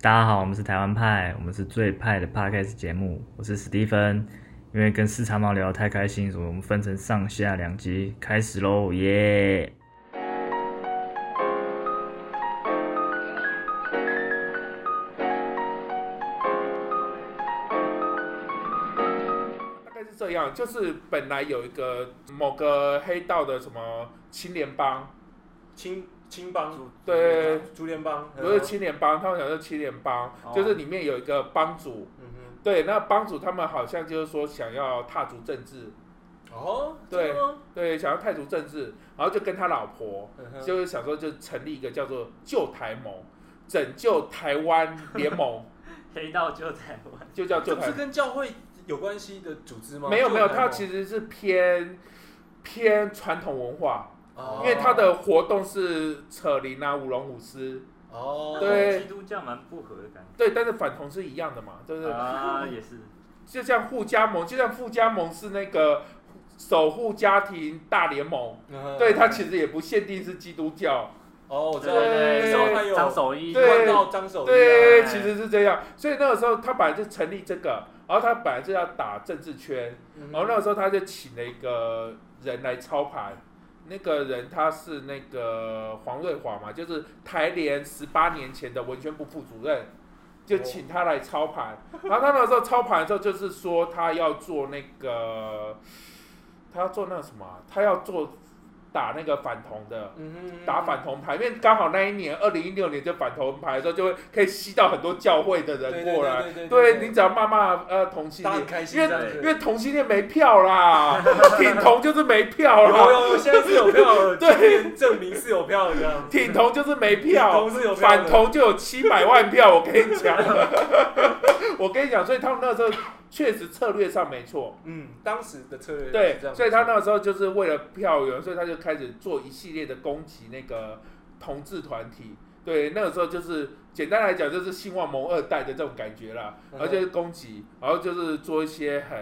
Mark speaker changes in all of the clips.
Speaker 1: 大家好，我们是台湾派，我们是最派的 podcast 节目，我是史蒂芬。因为跟四叉猫聊得太开心，所以我们分成上下两集开始喽，耶、
Speaker 2: 大概是这样，就是本来有一个某个黑道的什么青联帮，
Speaker 3: 青青帮，
Speaker 2: 对，
Speaker 3: 竹联帮，
Speaker 2: 不是青联帮，他们讲是青联帮，
Speaker 3: 嗯哦
Speaker 2: 就是里面有一个帮主，
Speaker 3: 嗯
Speaker 2: 对，那帮主他们好像就是说想要踏足政治，
Speaker 3: 哼，哦，
Speaker 2: 对
Speaker 3: 真的吗，
Speaker 2: 对，想要踏足政治，然后就跟他老婆，
Speaker 3: 嗯哼
Speaker 2: 就是想说就成立一个叫做救台盟，拯救台湾联 盟，
Speaker 4: 黑道就台湾，
Speaker 2: 就叫救
Speaker 3: 这不
Speaker 2: 台
Speaker 3: 是，跟教会有关系的组织吗？
Speaker 2: 没有没有，
Speaker 3: 他
Speaker 2: 它其实是偏偏传统文化，
Speaker 3: 哦
Speaker 2: 因为它的活动是扯铃啊、舞龙舞狮。
Speaker 3: 哦，
Speaker 2: 对
Speaker 4: 基督教蛮不合的感
Speaker 2: 对，但是反同是一样的嘛，对不
Speaker 4: 觉
Speaker 2: 对？
Speaker 4: 啊，也是
Speaker 2: 就像互加盟，就像互加盟是那个守护家庭大联盟，
Speaker 3: 嗯
Speaker 2: 对，它其实也不限定是基督教，
Speaker 3: 哦，我知道，
Speaker 2: 对
Speaker 3: 然后他有
Speaker 4: 张守一，
Speaker 2: 对
Speaker 3: 关到张守一啊
Speaker 2: 对，
Speaker 4: 哎
Speaker 2: 其实是这样。所以那个时候他本来就成立这个，然后他本来就要打政治圈，
Speaker 3: 嗯
Speaker 2: 然后那个时候他就请了一个人来操盘。那个人他是那个黄瑞华嘛，就是台联十八年前的文宣部副主任，就请他来操盘。然后他那时候操盘的时候，就是说他要做那个，他要做那个什么啊，他要做打那个反同的，
Speaker 3: 嗯哼
Speaker 2: 打反同牌，因为刚好那一年二零一六年就反同牌的时候，就会可以吸到很多教会的人过来。，
Speaker 3: 对
Speaker 2: 对你只要骂骂呃同性
Speaker 3: 大家
Speaker 2: 恋
Speaker 3: 很，开心
Speaker 2: 因为
Speaker 3: 这样子，
Speaker 2: 因为同性恋没票 啦，挺同就是没票
Speaker 3: 有
Speaker 2: 啦，
Speaker 3: 有有，现在是有票了，
Speaker 2: 对
Speaker 3: 今天证明是有票的这样，
Speaker 2: 挺同就是没票，
Speaker 3: 同是有票的
Speaker 2: 反同就有七百万票，我跟你讲， 我跟你讲，所以他们那时候确实策略上没错，
Speaker 3: 嗯，当时的策略是
Speaker 2: 对
Speaker 3: 这，样
Speaker 2: 所以他那时候就是为了票源，所以他就开始做一系列的攻击那个同志团体。对，那个时候就是简单来讲，就是兴旺盟二代的这种感觉啦，
Speaker 3: 嗯哼
Speaker 2: 然后就是攻击，然后就是做一些很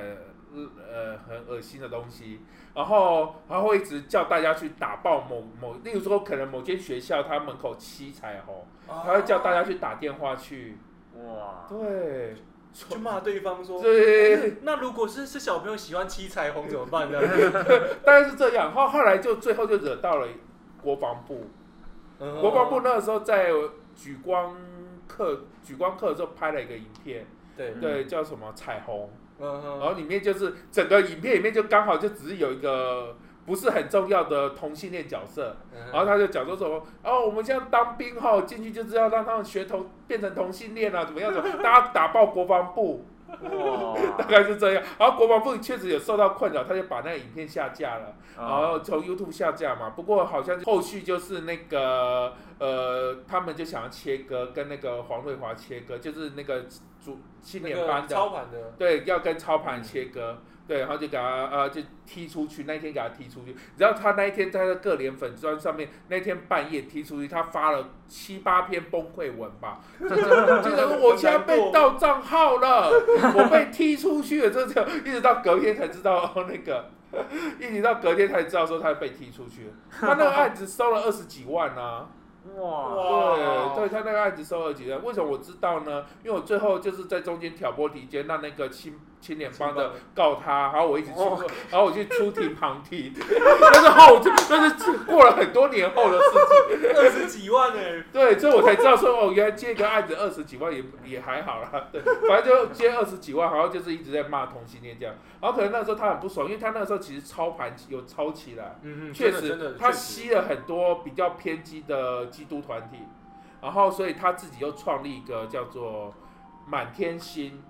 Speaker 2: 呃很恶心的东西，然后然后会一直叫大家去打爆某某，例如说可能某间学校它门口七彩虹，
Speaker 3: 哦
Speaker 2: 他会叫大家去打电话去，
Speaker 4: 哇，
Speaker 2: 对，
Speaker 3: 去骂对方说，
Speaker 2: 对，
Speaker 3: 那如果是是小朋友喜欢七彩虹怎 么办呢？
Speaker 2: 大概是这样，后后来就最后就惹到了国防部，
Speaker 3: 嗯
Speaker 2: 国防部那个时候在举光课举光课的时候拍了一个影片，
Speaker 3: 对，
Speaker 2: 对，叫什么彩虹，
Speaker 3: 嗯哼
Speaker 2: 然后里面就是整个影片里面就刚好就只是有一个不是很重要的同性恋角色，
Speaker 3: 嗯
Speaker 2: 然后他就讲说什么哦，我们现在当兵后进去就是要让他们学同变成同性恋啊，怎么样怎么样，大家打爆国防部，大
Speaker 4: 哇，
Speaker 2: 概是这样。然后国防部确实有受到困扰，他就把那个影片下架了。
Speaker 3: 啊
Speaker 2: 然后从 YouTube 下架嘛，不过好像后续就是那个呃，他们就想要切割，跟那个黄瑞华切割，就是那个主青年班
Speaker 3: 那个
Speaker 2: 的，
Speaker 3: 操盘的，
Speaker 2: 对，要跟操盘切割，对，然后就给他呃就踢出去，那一天给他踢出去，然后他那一天在他的个联粉砖上面，那天半夜踢出去，他发了七八篇崩溃文吧，就是就是我现在被盗账号了，我被踢出去了，这就一直到隔天才知道哦那个， 一直到隔天才知道说他被踢出去了，他那个案子收了二十几万啊。
Speaker 4: 哇，
Speaker 3: 哇
Speaker 2: 对对，他那个案子收了几万，为什么我知道呢？因为我最后就是在中间挑拨离间，让那个青青联帮的告他，然后我一直去，
Speaker 4: 哦
Speaker 2: 然后我去出庭旁听，但是后但是过了很多年后的事情，
Speaker 3: 二十几万哎，
Speaker 2: 对，所以我才知道说哦，原来接一个案子二十几万也也还好啦，对，反正就接二十几万，然后就是一直在骂同性恋这样，然后可能那时候他很不爽，因为他那时候其实操盘有操起来。
Speaker 3: 嗯哼
Speaker 2: 确
Speaker 3: 真的
Speaker 2: 实，他
Speaker 3: 确实，
Speaker 2: 吸了很多比较偏激的基督团体，然后所以他自己又创立一个叫做满天星，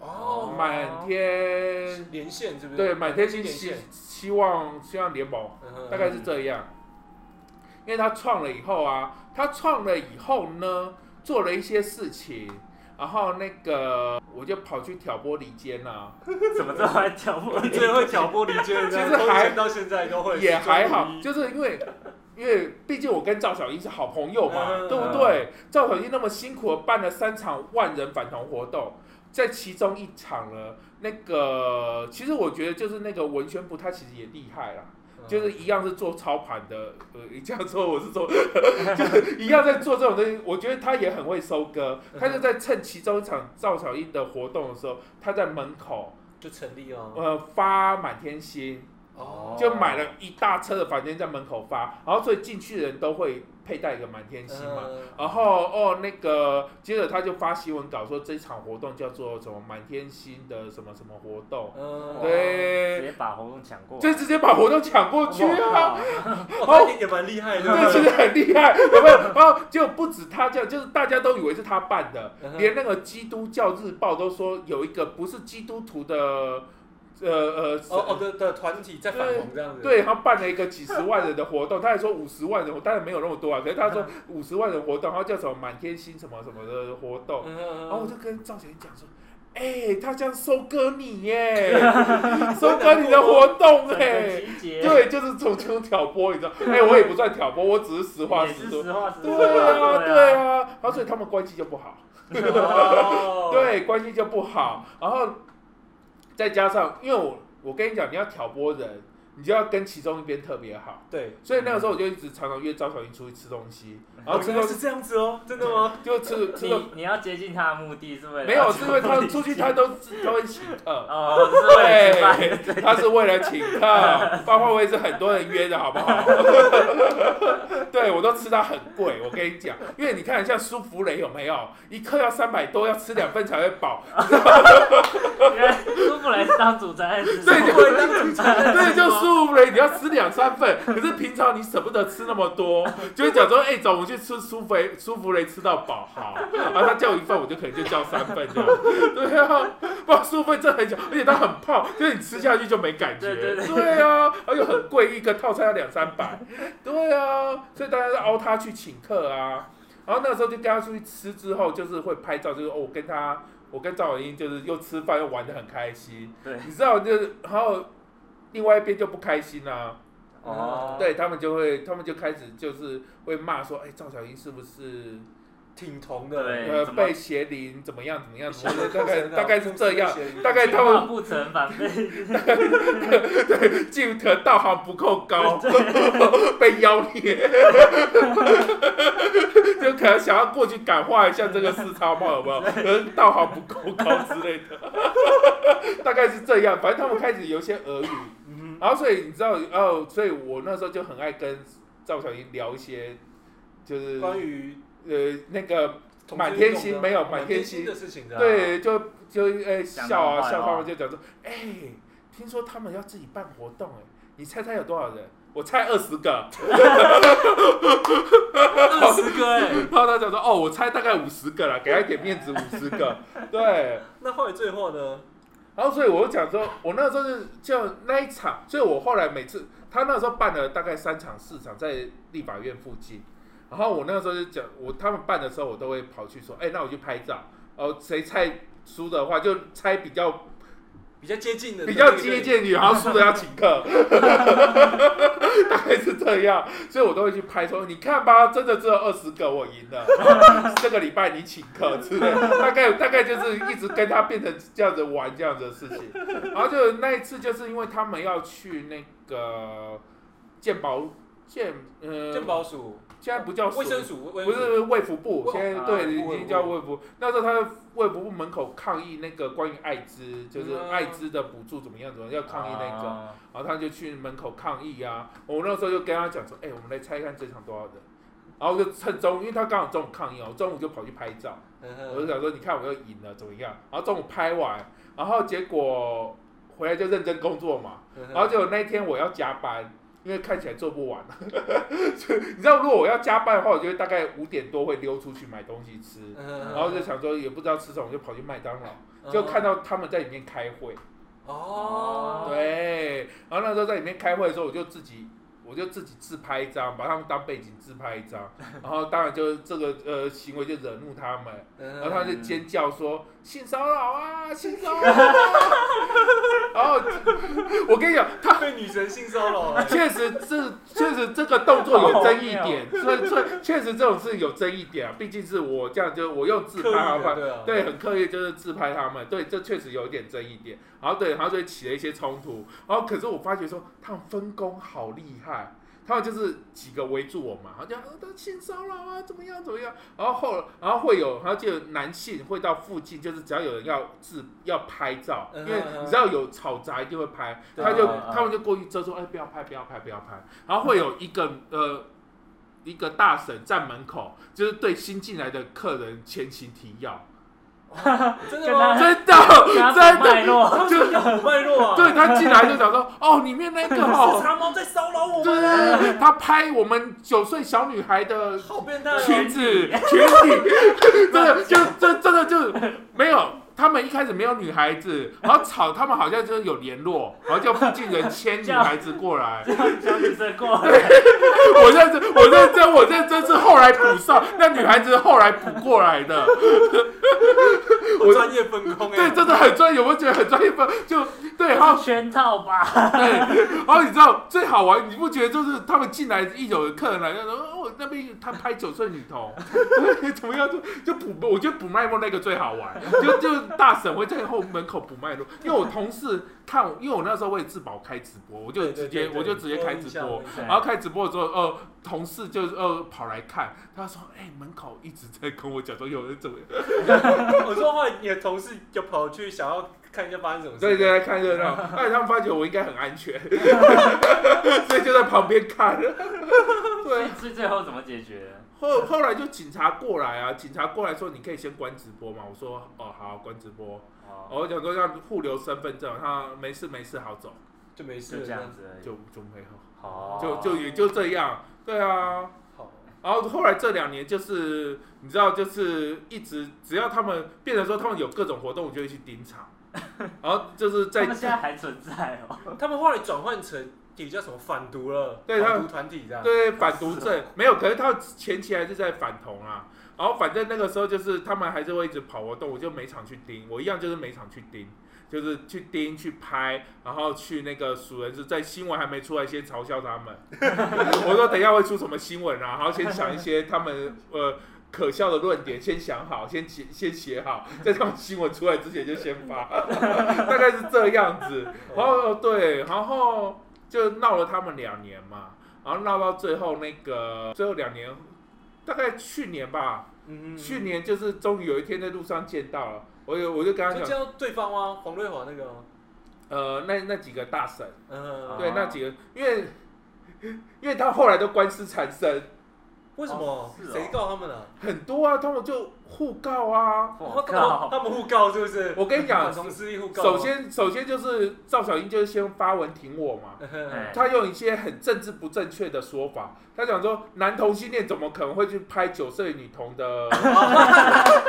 Speaker 3: 哦，
Speaker 2: 满天
Speaker 3: 连线是不是？
Speaker 2: 对满天星
Speaker 3: 连
Speaker 2: 希
Speaker 3: 线，
Speaker 2: 希望希望联盟，
Speaker 3: 嗯哼
Speaker 2: 大概是这样。因为他创了以后啊，他创了以后呢，做了一些事情，然后那个我就跑去挑拨离间啊啦、
Speaker 4: 怎么这么还挑拨离
Speaker 3: 你
Speaker 4: 间？
Speaker 3: 最会挑拨离间的，
Speaker 2: 其实
Speaker 3: 从以
Speaker 2: 还
Speaker 3: 前到现在都会，嗯
Speaker 2: 也还
Speaker 3: 中
Speaker 2: 好
Speaker 3: 午，一
Speaker 2: 就是因为因为毕竟我跟赵小英是好朋友嘛，
Speaker 3: 嗯
Speaker 2: 对不对？赵小英那么辛苦的办了三场万人反同活动，在其中一场呢，那个其实我觉得就是那个文宣部他其实也厉害啦。
Speaker 3: 嗯
Speaker 2: 就是一样是做操盘的，呃，你这样说我 是做，就是一样在做这种东西。我觉得他也很会收割，
Speaker 3: 嗯
Speaker 2: 他就在趁其中一场赵小英的活动的时候，他在门口
Speaker 3: 就成立哦。
Speaker 2: 呃发满天星，
Speaker 3: 哦，
Speaker 2: 就买了一大车的房间在门口发，然后所以进去的人都会佩戴一个满天星嘛。
Speaker 3: 嗯
Speaker 2: 然后哦，那个接着他就发新闻稿说这场活动叫做什么满天星的什么什么活动，
Speaker 3: 嗯
Speaker 4: 直
Speaker 2: 对，
Speaker 4: 接把活动抢过，
Speaker 2: 就直接把活动抢过去啊。
Speaker 4: 哇，
Speaker 3: 哇，他也蛮厉害
Speaker 2: 对，
Speaker 3: 的。
Speaker 2: 其实很厉害，有没有？然后就不止他这样，就是大家都以为是他办的
Speaker 3: 嗯，哼
Speaker 2: 连那个基督教日报都说有一个不是基督徒的，呃呃，
Speaker 3: 哦哦的的团体在反红这样子。
Speaker 2: 对他办了一个几十万人的活动，他还说五十万人，当然没有那么多啊，可是他
Speaker 4: 嗯
Speaker 2: 说五十万人活动，然后叫什么满天星什么什么的活动，
Speaker 3: 嗯，嗯，
Speaker 2: 然
Speaker 3: 然
Speaker 2: 后我就跟赵小英讲说。哎、他这样收割 你耶，收割你的活动
Speaker 4: 整
Speaker 2: 哎、
Speaker 4: 个集结，
Speaker 2: 对，就是从中挑拨，你知道？哎、我也不算挑拨，我只是实话
Speaker 4: 也是
Speaker 2: 实说。
Speaker 4: 实话实
Speaker 2: 对
Speaker 4: 说，
Speaker 2: 啊，对
Speaker 4: 对啊，
Speaker 2: 啊，然后所以他们关系就不好，
Speaker 3: 哦，
Speaker 2: 对，关系就不好。然后再加上，因为我我跟你讲，你要挑拨人，你就要跟其中一边特别好。
Speaker 3: 对，
Speaker 2: 所以那个时候我就一直常常约张小英出去吃东西，然
Speaker 4: 嗯
Speaker 3: 哦，
Speaker 2: 后吃
Speaker 3: 真
Speaker 2: 东
Speaker 3: 的
Speaker 2: 西
Speaker 3: 是这样子哦，真的吗？
Speaker 2: 就吃吃东
Speaker 4: 你你要接近他的目的是为了
Speaker 2: 没有，
Speaker 4: 要
Speaker 2: 是因为
Speaker 4: 抢
Speaker 2: 他
Speaker 4: 过你
Speaker 2: 出去他都吃都会请客。
Speaker 4: 哦，是为了吃饭，
Speaker 2: 对，他是为了请客， 包括我也是很多人约的，好不好？ 对我都吃到很贵，我跟你讲，因为你看像舒芙蕾有没有，一克要三百多，要吃两份才会饱，
Speaker 4: 因为苏布雷是当主餐在吃，
Speaker 2: 所以就
Speaker 3: 会当主持人
Speaker 2: 对，就舒芙蕾你要吃两三份，可是平常你舍不得吃那么多，就会讲说，哎、走，我们去吃舒芙蕾，舒芙蕾吃到饱，好，然后他叫一份，我就可能就叫三份这样，对啊，哇，舒芙蕾真的很小，而且它很胖，就是你吃下去就没感觉，
Speaker 4: 对对对
Speaker 2: 啊，而且很贵，一个套餐要两三百，对啊，所以大家就凹他去请客啊，然后那时候就跟他出去吃之后，就是会拍照，就是哦，我跟他。我跟赵文英就是又吃饭又玩的很开心，
Speaker 4: 对
Speaker 2: 你知道就是，然后另外一边就不开心啦、
Speaker 4: 哦，
Speaker 2: 对他们就会，他们就开始就是会骂说，哎、赵小英是不是
Speaker 3: 挺同的，
Speaker 4: 对
Speaker 2: 呃
Speaker 4: 怎么
Speaker 2: 被邪灵怎么样怎 么样，怎么样大 概大概是这样，大概
Speaker 4: 对，
Speaker 2: 他们
Speaker 4: 不成反被，
Speaker 2: 进的道行不够高， 被妖孽，就可能想要过去感化一下这个四超帽有没有？可能道行不够高之类的， 大概是这样。反正他们开始有一些俄语，
Speaker 3: 嗯
Speaker 2: 然后所以你知道，哦，所以我那时候就很爱跟赵小英聊一些，就是
Speaker 3: 哼，关于
Speaker 2: 呃那个
Speaker 3: 同志运动的嗯
Speaker 2: 满天星没有
Speaker 3: 满
Speaker 2: 满
Speaker 3: 天
Speaker 2: 天
Speaker 3: 星
Speaker 2: 星
Speaker 3: 的事情的啊，
Speaker 2: 对，就就哎、
Speaker 4: 讲
Speaker 2: 笑
Speaker 4: 到
Speaker 2: 啊
Speaker 4: 坏
Speaker 2: 笑，他
Speaker 4: 话
Speaker 2: 们就讲说，哎、听说他们要自己办活动、哎，你猜猜有多少人？我猜二十个，
Speaker 3: 二十个哎，
Speaker 2: 然后他讲说，哦，我猜大概五十个啦，给他一点面子，五十个， 对。
Speaker 3: 那后来最后呢？
Speaker 2: 然后所以我就讲说，我那时候是就那一场，所以我后来每次他那时候办了大概三场四场在立法院附近，然后我那时候就讲，我他们办的时候我都会跑去说，哎、那我去拍照，哦，谁猜输的话就猜比较
Speaker 3: 比较接近的，
Speaker 2: 比较接，近你，然后输的要请客， 大概是这样，所以我都会去拍说，你看吧，真的只有二十个我赢了， 这个礼拜你请客之类的，大概大概就是一直跟他变成这样子玩这样子的事情，然后就那一次就是因为他们要去那个健保健呃
Speaker 3: 健保署、
Speaker 2: 现在不叫
Speaker 3: 卫生
Speaker 2: 署。
Speaker 3: 署、卫
Speaker 2: 不
Speaker 3: 生署
Speaker 2: 是卫福部，
Speaker 3: 卫
Speaker 2: 现在
Speaker 4: 啊
Speaker 2: 对
Speaker 3: 卫
Speaker 2: 已
Speaker 3: 福
Speaker 2: 经叫卫福。那时候他在卫福部门口抗议那个关于艾滋，就是
Speaker 3: 嗯啊
Speaker 2: 艾滋的补助怎么样怎么样，要抗议那个。
Speaker 4: 哦
Speaker 2: 然后他就去门口抗议啊。我那时候就跟他讲说，哎、我们来猜看这场多少人。然后我就趁中午，因为他刚好中午抗议哦，我中午就跑去拍照。
Speaker 3: 嗯
Speaker 2: 我就
Speaker 3: 哼，
Speaker 2: 想说，你看我又赢了，怎么样？然后中午拍完，然后结果回来就认真工作嘛。
Speaker 3: 嗯哼
Speaker 2: 然后结果那一天我要加班，因为看起来做不完。 所以你知道，如果我要加班的话，我就会大概五点多会溜出去买东西吃，
Speaker 3: 嗯哼嗯
Speaker 2: 然后就想说也不知道吃什么，就跑去麦当劳，就看到他们在里面开会。
Speaker 3: 哦，
Speaker 2: 对，然后那时候在里面开会的时候，我就自己我我就自己自拍一张，把他们当背景自拍一 张，然后当然就这个呃行为就惹怒他们，
Speaker 3: 嗯
Speaker 2: 然后他就尖叫说性骚扰啊，性骚扰、啊， 然后我跟你讲，
Speaker 3: 他被女神性骚扰哎了，
Speaker 2: 确实这确实这个动作有争议点，所以所以确实这种事有争议点啊，毕竟是我这样就我用自
Speaker 3: 刻
Speaker 2: 拍
Speaker 3: 意
Speaker 2: 好不好
Speaker 3: 的，？对啊，
Speaker 2: 对，很刻意就是自拍他们，对，这确实有一点争议点。然后对，然后就起了一些冲突。然后可是我发觉说，他们分工好厉害，他们就是几个围住我嘛，然后就啊，都性骚扰啊，怎么样怎么样。然后后，然后会有，然后就有男性会到附近，就是只要有人要自要拍照，因为
Speaker 3: 嗯嗯嗯
Speaker 2: 你知道有吵杂一定会拍，
Speaker 3: 对
Speaker 2: 他就
Speaker 3: 嗯嗯
Speaker 2: 他们就过去遮住，哎，不要拍，不要拍，不要拍。然后会有一个呃。一个大婶站门口，就是对新进来的客人前情提要，
Speaker 3: 啊真的
Speaker 4: 跟他
Speaker 3: 吗？
Speaker 2: 真的，
Speaker 4: 家
Speaker 2: 真
Speaker 4: 族
Speaker 2: 的，
Speaker 4: 脉络，
Speaker 3: 他就是要有脉络啊！
Speaker 2: 对他进来就想 说，哦，里面那个
Speaker 3: 是
Speaker 2: 哦，
Speaker 3: 长毛在骚扰我
Speaker 2: 对对
Speaker 3: 们，
Speaker 2: 对，他拍我们九岁小女孩的
Speaker 3: 好变态哦！
Speaker 2: 裙 子、裙底， 真的就真真的就没有。他们一开始没有女孩子，然后吵，他们好像就是有联络，然后叫附近人牵女孩子过 来。
Speaker 4: 小女生过来，
Speaker 2: 我认真，我认真，我认真是后来补上，那女孩子是后来补过来的。
Speaker 3: 我专业分工哎，
Speaker 2: 对，真的很专业，我觉得很专业。不就对，然后
Speaker 4: 圈套吧，
Speaker 2: 对，然后你知道最好玩，你不觉得就是他们进来一有客人来，他说哦我那边他拍九岁女童， 怎么样就就补，我觉得补脉络那个最好玩， 就就大婶会在后门口补脉络，因为我同事看我，因为我那时候我也自保开直播，我就
Speaker 3: 对
Speaker 2: 直
Speaker 3: 对
Speaker 2: 接
Speaker 3: 对对
Speaker 2: 我就直接开
Speaker 3: 有印
Speaker 2: 直
Speaker 3: 象
Speaker 2: 播
Speaker 3: 有，印象
Speaker 2: 然后开直播的时候，呃，同事就呃跑来看，他说哎、门口一直在跟我讲说有人怎么 样，
Speaker 3: 我说后来你的同事就跑去想要看一下发生什么事，
Speaker 2: 对对，来看热闹，哎，他们发觉我应该很安 全，所以就在旁边看，对。
Speaker 4: 所以最后怎么解决？
Speaker 2: 后后来就警察过来啊，警察过来说你可以先关直播嘛，我说哦好关直播，
Speaker 4: 哦，
Speaker 2: 我讲说让互留身份证，他没事没事好走，
Speaker 3: 就没事
Speaker 4: 就
Speaker 3: 了
Speaker 4: 这样，子而已。哦
Speaker 2: 就就没有，
Speaker 4: 好，
Speaker 2: 就就也就这样，对啊，
Speaker 3: 好，
Speaker 2: 然后后来这两年就是你知道就是一直只要他们变成说他们有各种活动，我就会去盯场，然后就是
Speaker 4: 他
Speaker 2: 在
Speaker 4: 们现在还存在 哦。
Speaker 3: 他们后来转换成底叫什么反毒了，
Speaker 2: 对他
Speaker 3: 反毒团体这样，
Speaker 2: 对反毒 症没有，可是他前期还是在反同啊。然后反正那个时候就是他们还是会一直跑活动，我就每场去盯，我一样就是每场去盯，就是去盯去拍，然后去那个熟人是在新闻还没出来先嘲笑他 们。我说等一下会出什么新闻啊，然后先想一些他们呃可笑的论点，先想好，先写先写好，在他们新闻出来之前就先 发，大概是这样子。然后哦对，然后就闹了他们两年嘛，然后闹到最后那个最后两年，大概去年吧，
Speaker 3: 嗯，嗯嗯
Speaker 2: 去年就是终于有一天在路上见到了，我有我就跟他
Speaker 3: 就
Speaker 2: 讲，
Speaker 3: 见到对方吗？黄瑞华那个吗？
Speaker 2: 呃，那那几个大神，
Speaker 3: 嗯，
Speaker 2: 对
Speaker 4: 啊
Speaker 2: 那几个，因为因为他后来都官司缠身，
Speaker 3: 为什
Speaker 4: 哦
Speaker 3: 么
Speaker 4: 是？哦
Speaker 3: 谁告他们了？
Speaker 2: 很多啊，他们就互告啊。
Speaker 4: 我
Speaker 3: 他们
Speaker 4: 靠，
Speaker 3: 他们互告是不是？
Speaker 2: 我跟你讲
Speaker 3: 反，同势力互告吗。啊
Speaker 2: 首 先首先就是赵小英就是先发文挺我嘛，
Speaker 4: 哎
Speaker 2: 他用一些很政治不正确的说法，他讲说男同性恋怎么可能会去拍九岁女童的？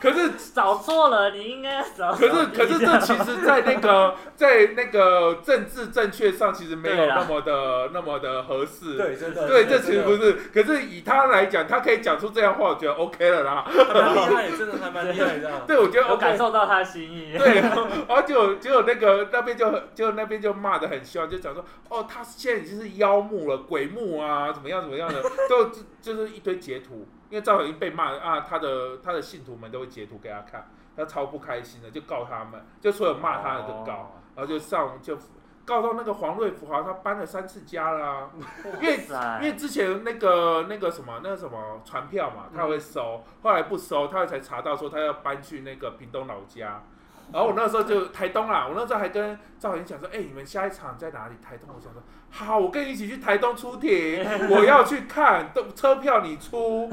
Speaker 2: 可是
Speaker 4: 找错了，你应该找。
Speaker 2: 可 是可是这其实，在那个在那个政治正确上，其实没有
Speaker 4: 对啦
Speaker 2: 那么的那么的合适。
Speaker 3: 对，真的，
Speaker 2: 对，
Speaker 3: 真
Speaker 2: 这
Speaker 3: 的
Speaker 2: 其实不是。可是以他来讲，他可以讲出这样话，我觉得 OK 了啦。
Speaker 3: 还蛮厉害，真的还蛮厉害的。
Speaker 2: 对，我觉得
Speaker 4: 有
Speaker 2: OK
Speaker 4: 感。受到他的心意。
Speaker 2: 对，然后结果结果那个那边就很结果那边就骂的很凶，就讲说哦，他现在已经是妖幕了，鬼幕啊，怎么样怎么样的，就就就是一堆截图，因为赵小英被骂啊，他的他的信徒们都会截图给他看，他超不开心的，就告他们，就所有骂他的就告，
Speaker 4: 哦
Speaker 2: 然后就上就告到那个黄瑞福好像他搬了三次家啦、因为
Speaker 4: 塞
Speaker 2: 因为之前那个那个什么那个什么传票嘛，他会收，后来不收，他才查到说他要搬去那个屏东老 家。然后我那时候就台东啦，我那时候还跟赵云讲说，哎、你们下一场在哪里？台东，我想说，好，我跟你一起去台东出 庭，我要去看，都车票你出，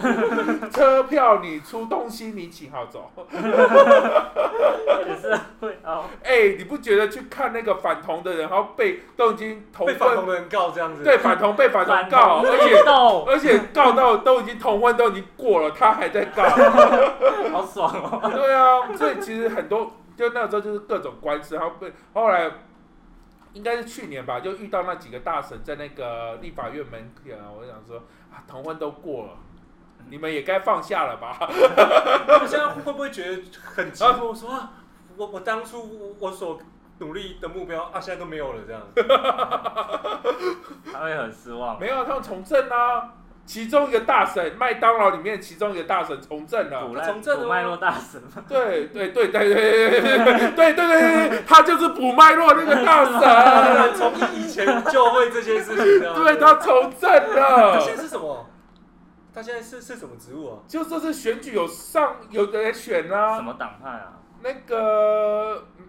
Speaker 2: 车票你出，东西你请，好走。
Speaker 4: 也是会哦，
Speaker 2: 哎、你不觉得去看那个反同的人，然后被都已经同
Speaker 3: 被
Speaker 2: 婚，
Speaker 3: 反同的人告这样子，
Speaker 2: 对反同被反同告，而且
Speaker 4: 运动
Speaker 2: 而且告到都已经同婚都已经过了，他还在告。
Speaker 4: 好爽哦。
Speaker 2: 对啊，所以其实很多就那时候就是各种官司，然后被后来应该是去年吧，就遇到那几个大神在那个立法院门口，我就想说啊，同婚都过了，你们也该放下了吧？
Speaker 3: 他们现在会不会觉得很寂寞？说啊，我我当初我所努力的目标啊，现在都没有了这 样。
Speaker 4: 他会很失望。
Speaker 2: 没有，他们从政啊。其中一个大神，麦当劳里面其中一个大神从政了，
Speaker 4: 古赖
Speaker 3: 从政
Speaker 4: 古
Speaker 3: 哦
Speaker 4: 麦洛大神嘛，
Speaker 2: 对对对对对对对对对对对，他就是补脉络那个大神，
Speaker 3: 啊从以前就会这些 事情的。啊
Speaker 2: 对他从政
Speaker 3: 他
Speaker 2: 了。
Speaker 3: 现在是什么？他现在是是什么职务啊？
Speaker 2: 就这次选举有上有的人选
Speaker 4: 什
Speaker 2: 啊，
Speaker 4: 么党派啊？
Speaker 2: 那个嗯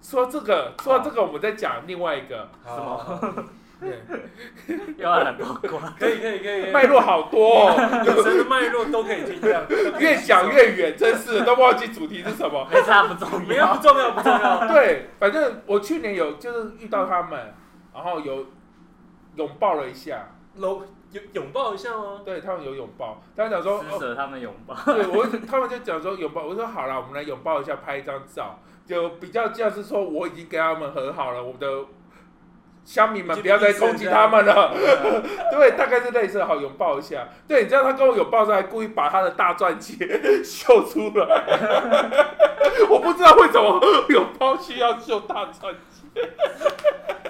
Speaker 2: 说这个说到这个，我们再讲另外一个，
Speaker 3: 什
Speaker 4: 么
Speaker 3: 么？对，
Speaker 4: 又要来包括
Speaker 3: 可以可以可以，
Speaker 2: 脉络好多、 哦，
Speaker 3: 人生的脉络都可以听 这样，
Speaker 2: 越讲越远，真是都忘记主题是什么。
Speaker 4: 没差不重
Speaker 3: 没有
Speaker 4: 要。
Speaker 3: 不重要不重要。
Speaker 2: 对，反正我去年有就是遇到他们，然后有拥抱了一下，
Speaker 3: 搂拥拥抱一下吗？
Speaker 2: 对他们有拥抱，他们讲说
Speaker 4: 施
Speaker 2: 哦，
Speaker 4: 舍他们拥抱，
Speaker 2: 对我他们就讲说拥抱，我说好了，我们来拥抱一下，拍一张照，就比较像是说我已经跟他们和好了，我们的乡民们不要再攻击他们了。 对，大概是类似的好拥抱一下。对，你知道他跟我拥抱的时候，还故意把他的大钻戒 秀出来。 我不知道为什么拥抱需要秀大钻戒。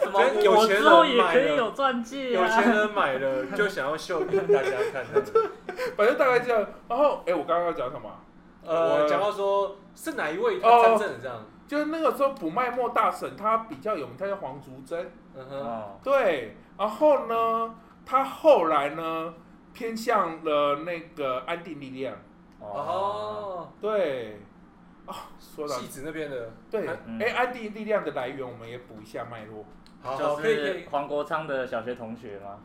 Speaker 4: 什么
Speaker 3: 真有
Speaker 4: 我
Speaker 3: 钱
Speaker 4: 之后
Speaker 3: 人
Speaker 4: 也
Speaker 3: 买
Speaker 4: 可以
Speaker 3: 了
Speaker 4: 有钻戒
Speaker 3: 有钱
Speaker 4: 啊？
Speaker 3: 人买了就想要秀给大家看。
Speaker 2: 反正大概这样。然后，哎，我刚刚要讲什么？
Speaker 3: 呃，哦
Speaker 2: 我
Speaker 3: 讲到说是哪一位他参政的这样，
Speaker 2: 就是那个时候补卖莫大神，他比较有名，他叫黄竹珍。
Speaker 3: 嗯哼，
Speaker 4: 哦，
Speaker 2: 对，然后呢，他后来呢偏向了那个安定力量。
Speaker 4: 哦，
Speaker 3: 哦，
Speaker 2: 对，哦，说到
Speaker 3: 戏子那边的，
Speaker 2: 对，哎、
Speaker 4: 嗯
Speaker 2: 安定力量的来源我们也补一下脉络。
Speaker 3: 好，好
Speaker 4: 就
Speaker 3: 可以可以
Speaker 4: 是，黄国昌的小学同学吗？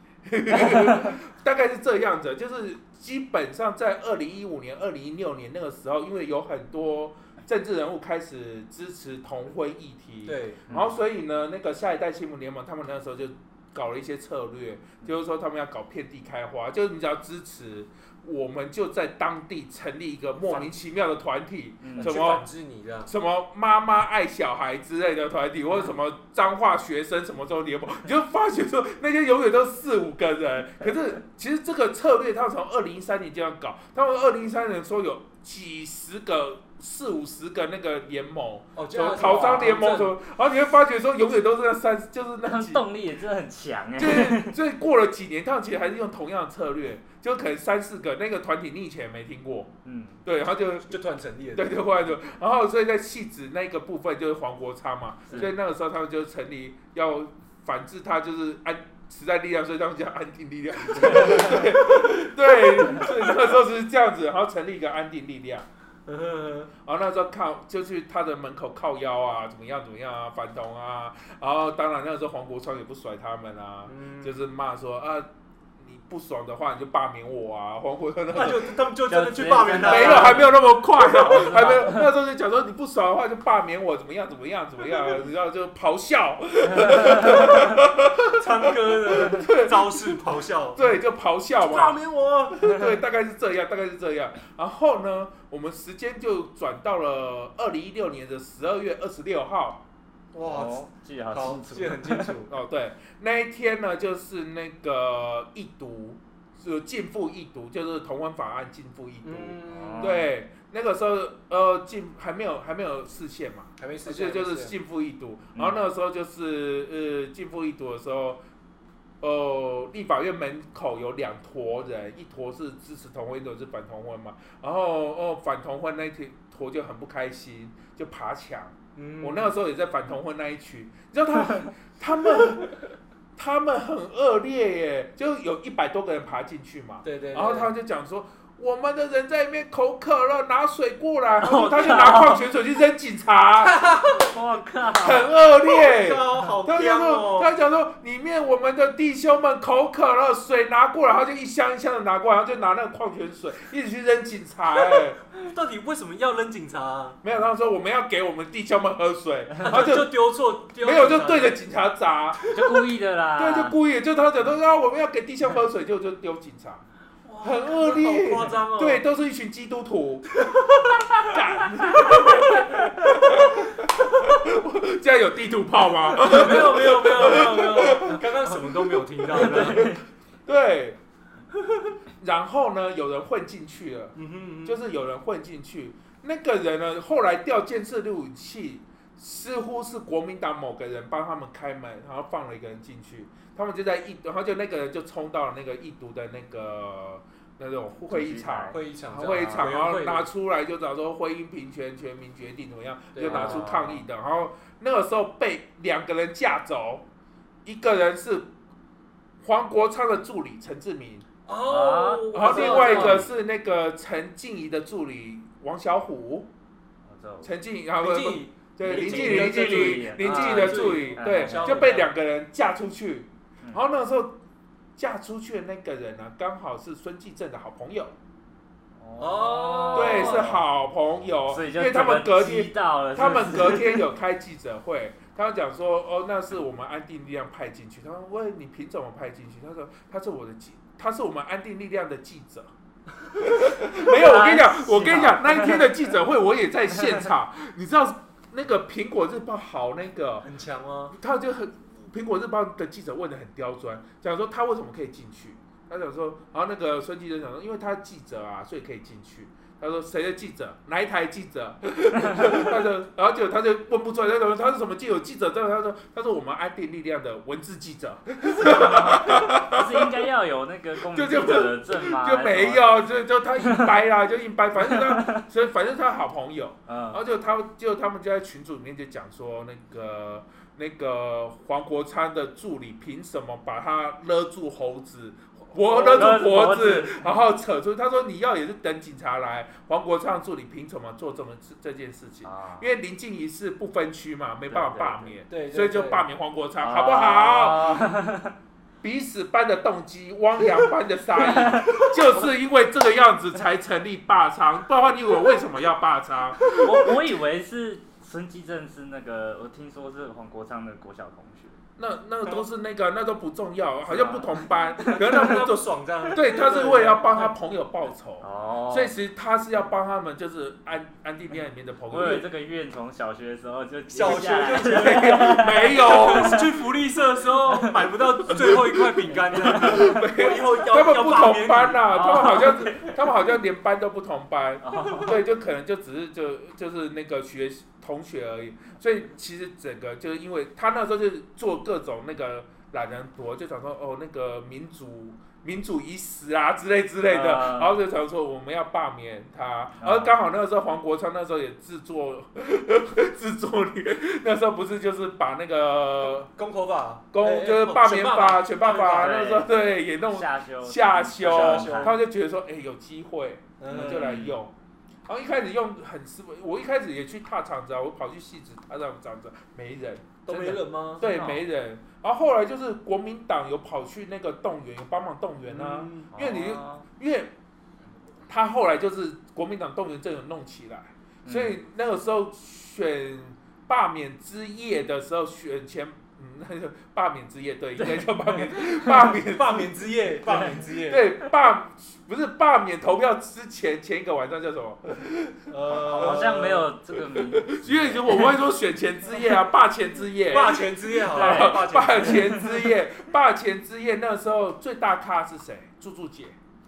Speaker 2: 大概是这样子，啊就是基本上在二零一五年、二零一六年那个时候，因为有很多政治人物开始支持同婚议题，，
Speaker 3: 对，
Speaker 2: 然后所以呢，那个下一代幸福联盟他们那时候就搞了一些策略，就是说他们要搞遍地开花，就是你只要支持，我们就在当地成立一个莫名其妙的团体，
Speaker 4: 嗯
Speaker 2: 怎
Speaker 3: 去
Speaker 2: 么
Speaker 3: 反制你这样，
Speaker 2: 什么妈妈爱小孩之类的团体，或者什么彰化学生什么时候联盟，你就发觉说那些永远都四五个人。可是其实这个策略，他们从二零一三年就要搞，他们二零一三年说有几十个、四五十个那个联盟，
Speaker 3: 哦，
Speaker 2: 什么逃商联
Speaker 3: 啊
Speaker 2: 盟什么，然后你会发觉说永远都是那三，就是
Speaker 4: 他
Speaker 2: 那
Speaker 4: 们
Speaker 2: 几。
Speaker 4: 动力也真的很强哎、
Speaker 2: 就是，所以过了几年，他们其实还是用同样的策略，就可能三四个那个团体，你以前也没听过，
Speaker 4: 嗯，
Speaker 2: 对，然后就
Speaker 3: 就突然成立了，
Speaker 2: 对，对，后来就，然后所以在戏子那个部分就是黄国昌嘛，
Speaker 4: 是
Speaker 2: 所以那个时候他们就成立要反制他，就是安时代力量，所以他们叫安定力量。对，所以那个时候是这样子，然后成立一个安定力量，
Speaker 3: 嗯哼哼
Speaker 2: 然后哦那时候靠就去他的门口靠腰啊，怎么样怎么样啊，反同啊，然后当然那个时候黄国昌也不甩他们啊，
Speaker 3: 嗯
Speaker 2: 就是骂说啊。你不爽的话，你就罢免我啊！黄国昌那个时候
Speaker 3: 那就他们就真的
Speaker 4: 就直
Speaker 3: 去
Speaker 4: 接
Speaker 3: 罢免他，
Speaker 2: 没有，还 没有那么快 呢、
Speaker 4: 我知道
Speaker 2: 还没有。那时候就讲说你不爽的话就罢免我，怎么样怎么样怎么样， 你知道就咆哮，
Speaker 3: 唱 歌的招式咆哮，
Speaker 2: 对，就咆哮
Speaker 3: 罢
Speaker 2: 嘛，
Speaker 3: 免我，
Speaker 2: 对，大概是这样，大概是这样。然后呢，我们时间就转到了二零一六年的十二月二十六号，
Speaker 3: 哇，
Speaker 4: 哦，记
Speaker 2: 啊
Speaker 4: 得好
Speaker 3: 好，
Speaker 4: 清楚
Speaker 3: 记，得很清 楚，
Speaker 2: 哦，对，那一天呢就是那个一读，就禁妇一读，就是同婚法案禁妇一读，
Speaker 3: 嗯，
Speaker 2: 对，那个时候呃禁还没有还没有视线嗯嘛。
Speaker 3: 还没事，
Speaker 2: 就就
Speaker 3: 还
Speaker 2: 是
Speaker 3: 没事
Speaker 2: 进步一读，然后那个时候就是呃进步一读的时候，哦、立法院门口有两坨人，一坨是支持同婚，一坨是反同婚嘛。然后哦反同婚那一坨就很不开心，就爬墙。
Speaker 3: 嗯
Speaker 2: 我那个时候也在反同婚那一群，你知道他 们他们他们很恶劣耶，就有一百多个人爬进去嘛。
Speaker 3: 对对，对
Speaker 2: 然后他们就讲说，我们的人在里面口渴了，拿水过 来，然后
Speaker 4: 我
Speaker 2: 他就
Speaker 4: 靠
Speaker 2: 拿矿泉水去扔警察。
Speaker 4: 我靠，
Speaker 2: 很恶
Speaker 3: 哦
Speaker 2: 劣。
Speaker 3: 高 好
Speaker 2: 他
Speaker 3: 彪
Speaker 2: 讲说，
Speaker 3: 哦，
Speaker 2: 他讲说，里面我们的弟兄们口渴了，水拿过来，然后就一箱一箱的拿过来，然后就拿那个矿泉水一直去扔警察、哎，
Speaker 3: 到底为什么要扔警察啊？
Speaker 2: 没有，他说我们要给我们弟兄们喝 水，然后
Speaker 3: 他
Speaker 2: 就
Speaker 3: 就丢错，丢
Speaker 2: 没有
Speaker 3: 警
Speaker 2: 就
Speaker 3: 察
Speaker 2: 对着警察砸，
Speaker 4: 就故意的
Speaker 3: 啊
Speaker 4: 啦，
Speaker 2: 对，就故意，就他讲说啊，我们要给弟兄喝水，就就丢警察，
Speaker 3: 哇
Speaker 2: 很恶劣
Speaker 3: 好夸张哦，
Speaker 2: 对，，都是一群 基督徒。干我现在有地图炮 吗？
Speaker 3: 没有没有没有没有没 有，刚刚什么都没有听到的。
Speaker 2: 对。然后呢，有人混进去了，
Speaker 3: 嗯哼，嗯哼
Speaker 2: 就是有人混进去。那个人呢，后来调监视录影器，似乎是国民党某个人帮他们开门，然后放了一个人进去。他们就在一，然后就那个人就冲到了那个一读的那个那种会议场，
Speaker 3: 会议场
Speaker 2: 啊会议场，
Speaker 3: 啊委
Speaker 2: 然
Speaker 3: 员
Speaker 2: 后
Speaker 3: 会
Speaker 2: 拿出来就找说婚姻平权全民决定怎么样，
Speaker 3: 对啊
Speaker 2: 就拿出抗议的。然后那个时候被两个人架走，一个人是黄国昌的助理陈志明，
Speaker 3: 哦，
Speaker 4: 我知
Speaker 2: 然
Speaker 4: 道
Speaker 2: 后另外一个是那个陈静怡的助理王小虎，
Speaker 4: 我知道
Speaker 2: 陈静怡，然后
Speaker 3: 林静怡
Speaker 2: 对
Speaker 3: 林
Speaker 2: 林
Speaker 3: 静
Speaker 2: 静
Speaker 3: 怡
Speaker 2: 怡林
Speaker 4: 林
Speaker 2: 静
Speaker 4: 静怡
Speaker 2: 怡林静
Speaker 3: 啊
Speaker 2: 怡的
Speaker 3: 林
Speaker 2: 助
Speaker 3: 静
Speaker 2: 理
Speaker 4: 怡，
Speaker 2: 对
Speaker 4: 啊小，
Speaker 2: 就
Speaker 3: 虎
Speaker 2: 被
Speaker 3: 的
Speaker 2: 两个人架出去。
Speaker 4: 嗯
Speaker 2: 然后那个时候嫁出去的那个人呢、啊刚好是孙继正的好朋友。
Speaker 3: 哦
Speaker 2: 对，是好朋友，
Speaker 4: 所以就
Speaker 2: 因为他们
Speaker 4: 整
Speaker 2: 隔
Speaker 4: 个
Speaker 2: 天
Speaker 4: 击，到了，
Speaker 2: 他们
Speaker 4: 是不是
Speaker 2: 隔天有开记者会，他们讲说，哦，那是我们安定力量派进去。他说，喂，你凭什么派进去？他说，他是我的记，他是我们安定力量的记者。 没有，我跟你讲，我跟你讲，那一天的记者会我也在现 场，你知道那个苹果日报好那个，
Speaker 3: 很强哦吗？
Speaker 2: 他就很苹果日报的记者问的很刁钻，讲说他为什么可以进去？他讲说，然后那个孙记者讲说，因为他记者啊，所以可以进去。他说谁的记者？哪一台记者？ 他说，然后就他就问不出来，他说他是什么记者？有记者证？他说他说我们安定力量的文字记者，
Speaker 4: 不是应该要有那个公民
Speaker 2: 就
Speaker 4: 记
Speaker 2: 就
Speaker 4: 者的证吗？
Speaker 2: 就没
Speaker 4: 啊还是什么，
Speaker 2: 有，就就他硬掰啦，就硬掰，反正他， 所以反正他好朋友。然
Speaker 4: 嗯，
Speaker 2: 后就他们就他们就在群组里面就讲说，那个那个黄国昌的助理凭什么把他勒住猴子，脖勒住脖
Speaker 4: 勒
Speaker 2: 子，然后扯出？他说你要也是等警察来，黄国昌助理凭什么做这么这件事情？
Speaker 4: 啊
Speaker 2: 因为林静怡是不分区嘛，没办法
Speaker 4: 对对啊
Speaker 2: 罢免，
Speaker 3: 对，
Speaker 2: 所以就罢
Speaker 3: 免。
Speaker 2: 免黄国昌，好不好？？彼此般的动机，汪洋般的杀意，就是因为这个样子才成立罢仓，不然你以为我为什么要罢仓？
Speaker 4: 我我以为是孙继正是那个，我听说是黄国昌的国小同学。
Speaker 2: 那那个都是那个，那都不重要，好像不同班，可是他
Speaker 3: 他
Speaker 2: 们
Speaker 3: 不
Speaker 2: 就
Speaker 3: 爽这样，
Speaker 2: 对，他是为了要帮他朋友报仇，
Speaker 4: 哦，
Speaker 2: 所以其实他是要帮他们，就是安安地恋里面的朋
Speaker 4: 我有
Speaker 2: 友，
Speaker 4: 这个愿从小学的时候就
Speaker 3: 小学就觉得
Speaker 2: 没有，
Speaker 3: 去福利社的时候买不到最后一块饼干的， 我以后
Speaker 2: 他
Speaker 3: 要
Speaker 2: 们
Speaker 3: 要
Speaker 2: 不
Speaker 3: 罢
Speaker 2: 同
Speaker 3: 免
Speaker 2: 班
Speaker 3: 你。
Speaker 2: 啦，
Speaker 4: 哦
Speaker 2: 他们好像他们好像连班都不同班，
Speaker 4: 哦
Speaker 2: 对，就可能就只是就就是那个学同学而已，所以其实整个就是因为他那时候就是做各种那个懒人博，就想说哦那个民主民主已死啊之类之类的，
Speaker 4: 啊
Speaker 2: 然后就想说我们要罢免他，
Speaker 4: 嗯
Speaker 2: 然后刚好那个时候黄国昌那时候也制作 制作女，那时候不是就是把那个
Speaker 3: 公投法，
Speaker 2: 公
Speaker 3: 哎
Speaker 2: 就是罢免，
Speaker 3: 哎
Speaker 2: 法、选罢法
Speaker 4: 罢免法
Speaker 2: 那时候对也弄
Speaker 4: 下修
Speaker 2: 下修
Speaker 4: 下，
Speaker 3: 修
Speaker 2: 他们就觉得说哎有机会。
Speaker 3: 哦
Speaker 2: 我就来用。然后一开始用很失败，我一开始也去踏场子啊，我跑去戏子踏场场子，没人，
Speaker 3: 都没
Speaker 2: 真的，
Speaker 3: 人吗？
Speaker 2: 对，
Speaker 3: 哦真的哦
Speaker 2: 没人。然后后来就是国民党有跑去那个动员，有帮忙动员啊，
Speaker 3: 嗯
Speaker 2: 因为你
Speaker 4: 哦
Speaker 2: 因为他后来就是国民党动员阵容弄起来，
Speaker 3: 嗯
Speaker 2: 所
Speaker 4: 嗯
Speaker 2: 以那个时候选罢免之夜的时候选前，嗯，那就罢免之夜，对，应该叫罢免罢免
Speaker 3: 罢免之夜，罢免之夜，
Speaker 2: 对罢不是罢免投票之前前一个晚上叫什 么？
Speaker 3: 呃，
Speaker 4: 好像没有这个 名字，
Speaker 2: 因为如果我会说选前之夜 啊，霸前之夜，
Speaker 3: 霸权之夜好了，
Speaker 4: 对
Speaker 3: 霸权
Speaker 2: 霸前 之夜，霸前之夜那时候最大咖是谁？柱柱姐，